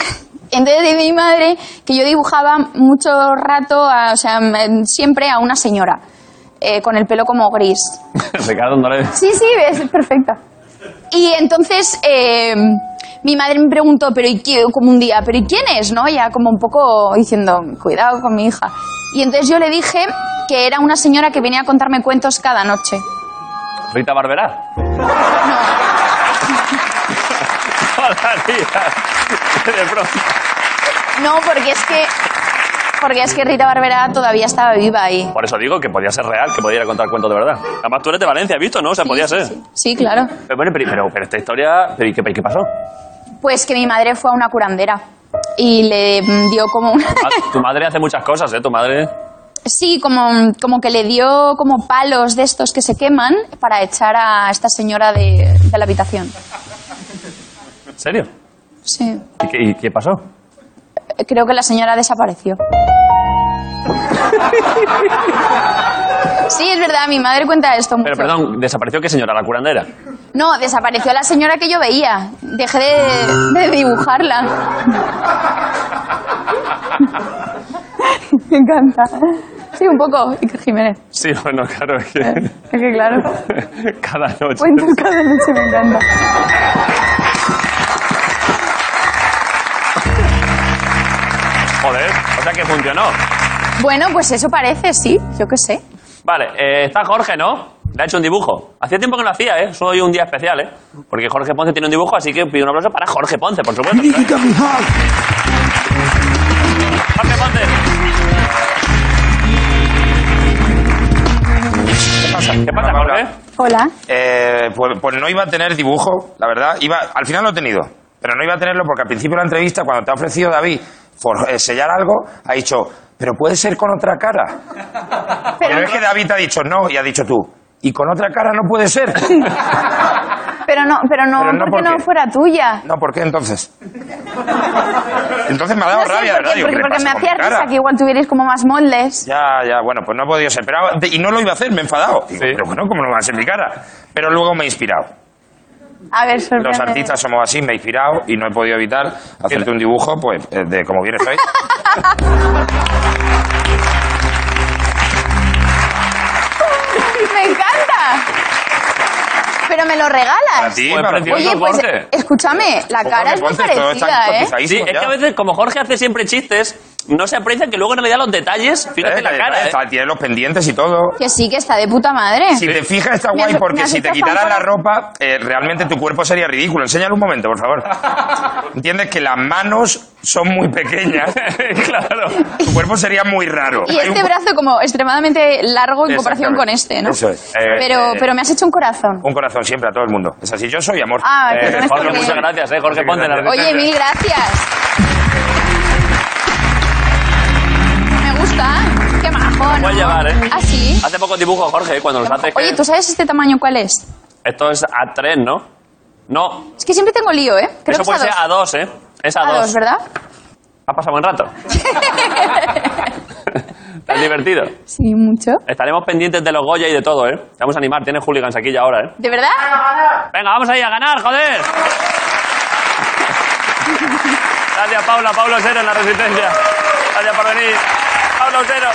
Speaker 8: entonces dice mi madre que yo dibujaba mucho rato, a- o sea, em, siempre a una señora, eh, con el pelo como gris.
Speaker 1: Ricardo, no le...
Speaker 8: Sí, sí, es perfecta. Y entonces eh, mi madre me preguntó, pero ¿y qué- como un día, pero ¿y quién es? ¿No? Ya como un poco diciendo, cuidado con mi hija. Y entonces yo le dije que era una señora que venía a contarme cuentos cada noche.
Speaker 1: Rita Barberá. Molaría. De pronto.
Speaker 8: No, porque es que, porque es que Rita Barberá todavía estaba viva ahí.
Speaker 1: Por eso digo que podía ser real, que podía ir a contar cuentos de verdad. Además, tú eres de Valencia, ¿has visto? ¿No? O sea, podía ser.
Speaker 8: Sí, claro.
Speaker 1: Pero bueno, pero, pero- pero esta historia... Pero, ¿y qué, y qué pasó?
Speaker 8: Pues que mi madre fue a una curandera y le mm, dio como una...
Speaker 1: Ah, tu madre hace muchas cosas, ¿eh? Tu madre...
Speaker 8: Sí, como, como que le dio como palos de estos que se queman para echar a esta señora de, de la habitación.
Speaker 1: ¿En serio?
Speaker 8: Sí.
Speaker 1: ¿Y qué, y qué pasó?
Speaker 8: Creo que la señora desapareció. Sí, es verdad, mi madre cuenta esto mucho.
Speaker 1: Pero perdón, ¿desapareció qué señora? ¿La curandera?
Speaker 8: No, desapareció la señora que yo veía. Dejé de, de dibujarla. Me encanta. Sí, un poco, Iker Jiménez.
Speaker 1: Sí, bueno, claro. es que-
Speaker 8: Es que claro, Eh.
Speaker 1: Cada noche.
Speaker 8: cuentos cada noche me encanta.
Speaker 1: Joder, o sea que funcionó.
Speaker 8: Bueno, pues eso parece, sí, yo qué sé.
Speaker 1: Vale, eh, está Jorge, ¿no? Le ha hecho un dibujo. Hacía tiempo que no lo hacía, ¿eh? Solo hoy un día especial, ¿eh? Porque Jorge Ponce tiene un dibujo, así que pido un aplauso para Jorge Ponce, por supuesto. Jorge Ponce. ¿Qué pasa? ¿Qué pasa, Jorge?
Speaker 8: Hola.
Speaker 6: Eh, pues, pues no iba a tener dibujo, la verdad. Iba, al final lo he tenido, pero no iba a tenerlo porque al principio de la entrevista, cuando te ha ofrecido David for- eh, sellar algo, ha dicho, pero puede ser con otra cara. Pero, es que David te ha dicho no y ha dicho tú. Y con otra cara no puede ser.
Speaker 8: Pero no, pero no,
Speaker 6: Pero no,
Speaker 8: porque
Speaker 6: ¿por
Speaker 8: no
Speaker 6: qué?
Speaker 8: fuera tuya.
Speaker 6: No, ¿por qué entonces? Entonces me ha dado
Speaker 8: No sé,
Speaker 6: rabia,
Speaker 8: porque,
Speaker 6: ¿verdad?
Speaker 8: porque-
Speaker 6: Digo, ¿qué le
Speaker 8: porque
Speaker 6: pasa
Speaker 8: me
Speaker 6: con mi
Speaker 8: hacía
Speaker 6: cara?
Speaker 8: risa que igual tuvierais como más moldes.
Speaker 6: Ya, ya, bueno, pues no ha podido ser. Pero, ah, de- y no lo iba a hacer, me he enfadado. Digo, Pero bueno, ¿cómo no va a ser mi cara? Pero luego me he inspirado.
Speaker 8: A ver,
Speaker 6: Los
Speaker 8: sorprende.
Speaker 6: artistas somos así, me he inspirado y no he podido evitar hacerte un dibujo, pues, eh, de como bien estoy.
Speaker 8: ¡Me encanta! Pero me lo
Speaker 6: Para
Speaker 8: regalas.
Speaker 6: ti,
Speaker 1: Pues
Speaker 6: para ti.
Speaker 1: precioso,
Speaker 8: Oye, pues
Speaker 1: Jorge.
Speaker 8: escúchame, la
Speaker 6: Ojo,
Speaker 8: cara
Speaker 6: que
Speaker 8: es muy
Speaker 6: ponte, todo está
Speaker 8: parecida, ¿eh?
Speaker 6: cotizadísimo
Speaker 1: Sí, es
Speaker 6: ya.
Speaker 1: que a veces, como Jorge hace siempre chistes, no se aprecian que luego en realidad los detalles, fíjate
Speaker 6: Eh,
Speaker 1: la cara, ¿eh?
Speaker 6: está- Tiene los pendientes y todo.
Speaker 8: Que sí, que está de puta madre.
Speaker 6: Si te fijas, está
Speaker 8: Me
Speaker 6: guay
Speaker 8: has- me
Speaker 6: porque
Speaker 8: has
Speaker 6: si te
Speaker 8: hecho
Speaker 6: quitaras la
Speaker 8: favor.
Speaker 6: ropa, eh, realmente tu cuerpo sería ridículo. Enséñalo un momento, por favor. Entiendes que las manos son muy pequeñas.
Speaker 1: claro.
Speaker 6: Tu cuerpo sería muy raro.
Speaker 8: Y
Speaker 6: Hay un-
Speaker 8: este brazo como extremadamente largo en comparación con este, ¿no?
Speaker 6: Eso es. Eh,
Speaker 8: Pero,
Speaker 6: eh,
Speaker 8: pero me has hecho un corazón.
Speaker 6: Un corazón siempre a todo el mundo. Es así, yo soy amor. Eh,
Speaker 8: Ah, pues no es
Speaker 1: Jorge,
Speaker 8: porque-
Speaker 1: muchas gracias, ¿eh? Jorge Ponce. la-
Speaker 8: Oye, mil gracias. Me gusta. Qué majo, ¿no?
Speaker 1: Voy a llevar, ¿eh?
Speaker 8: ¿Ah, sí?
Speaker 1: Hace poco dibujo, Jorge, ¿eh? cuando los haces.
Speaker 8: Oye,
Speaker 1: que-
Speaker 8: ¿tú sabes este tamaño cuál es?
Speaker 1: Esto es A3, ¿no? No,
Speaker 8: Es que siempre tengo lío, ¿eh? Creo
Speaker 1: eso
Speaker 8: que
Speaker 1: puede
Speaker 8: es
Speaker 1: ser
Speaker 8: a dos.
Speaker 1: A2, ¿eh? Es A2.
Speaker 8: A dos, ¿verdad?
Speaker 1: Ha pasado buen rato. Está divertido.
Speaker 8: Sí, mucho.
Speaker 1: Estaremos pendientes de los Goya y de todo, ¿eh? Te vamos a animar, tienes hooligans aquí ya ahora, ¿eh?
Speaker 8: ¿De verdad?
Speaker 1: Venga, vamos ahí a ganar, joder. Gracias, Paula. Pablo Cero en la Resistencia. Gracias por venir. Pablo Cero.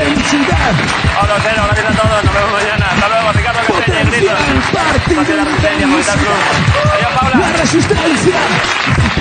Speaker 1: Pablo Cero, gracias a todos. Nos vemos mañana. Hasta luego, Ricardo Castelli, Grito. Partido de la Resistencia, Movistar Club. Adiós, Paula.
Speaker 9: resistencia.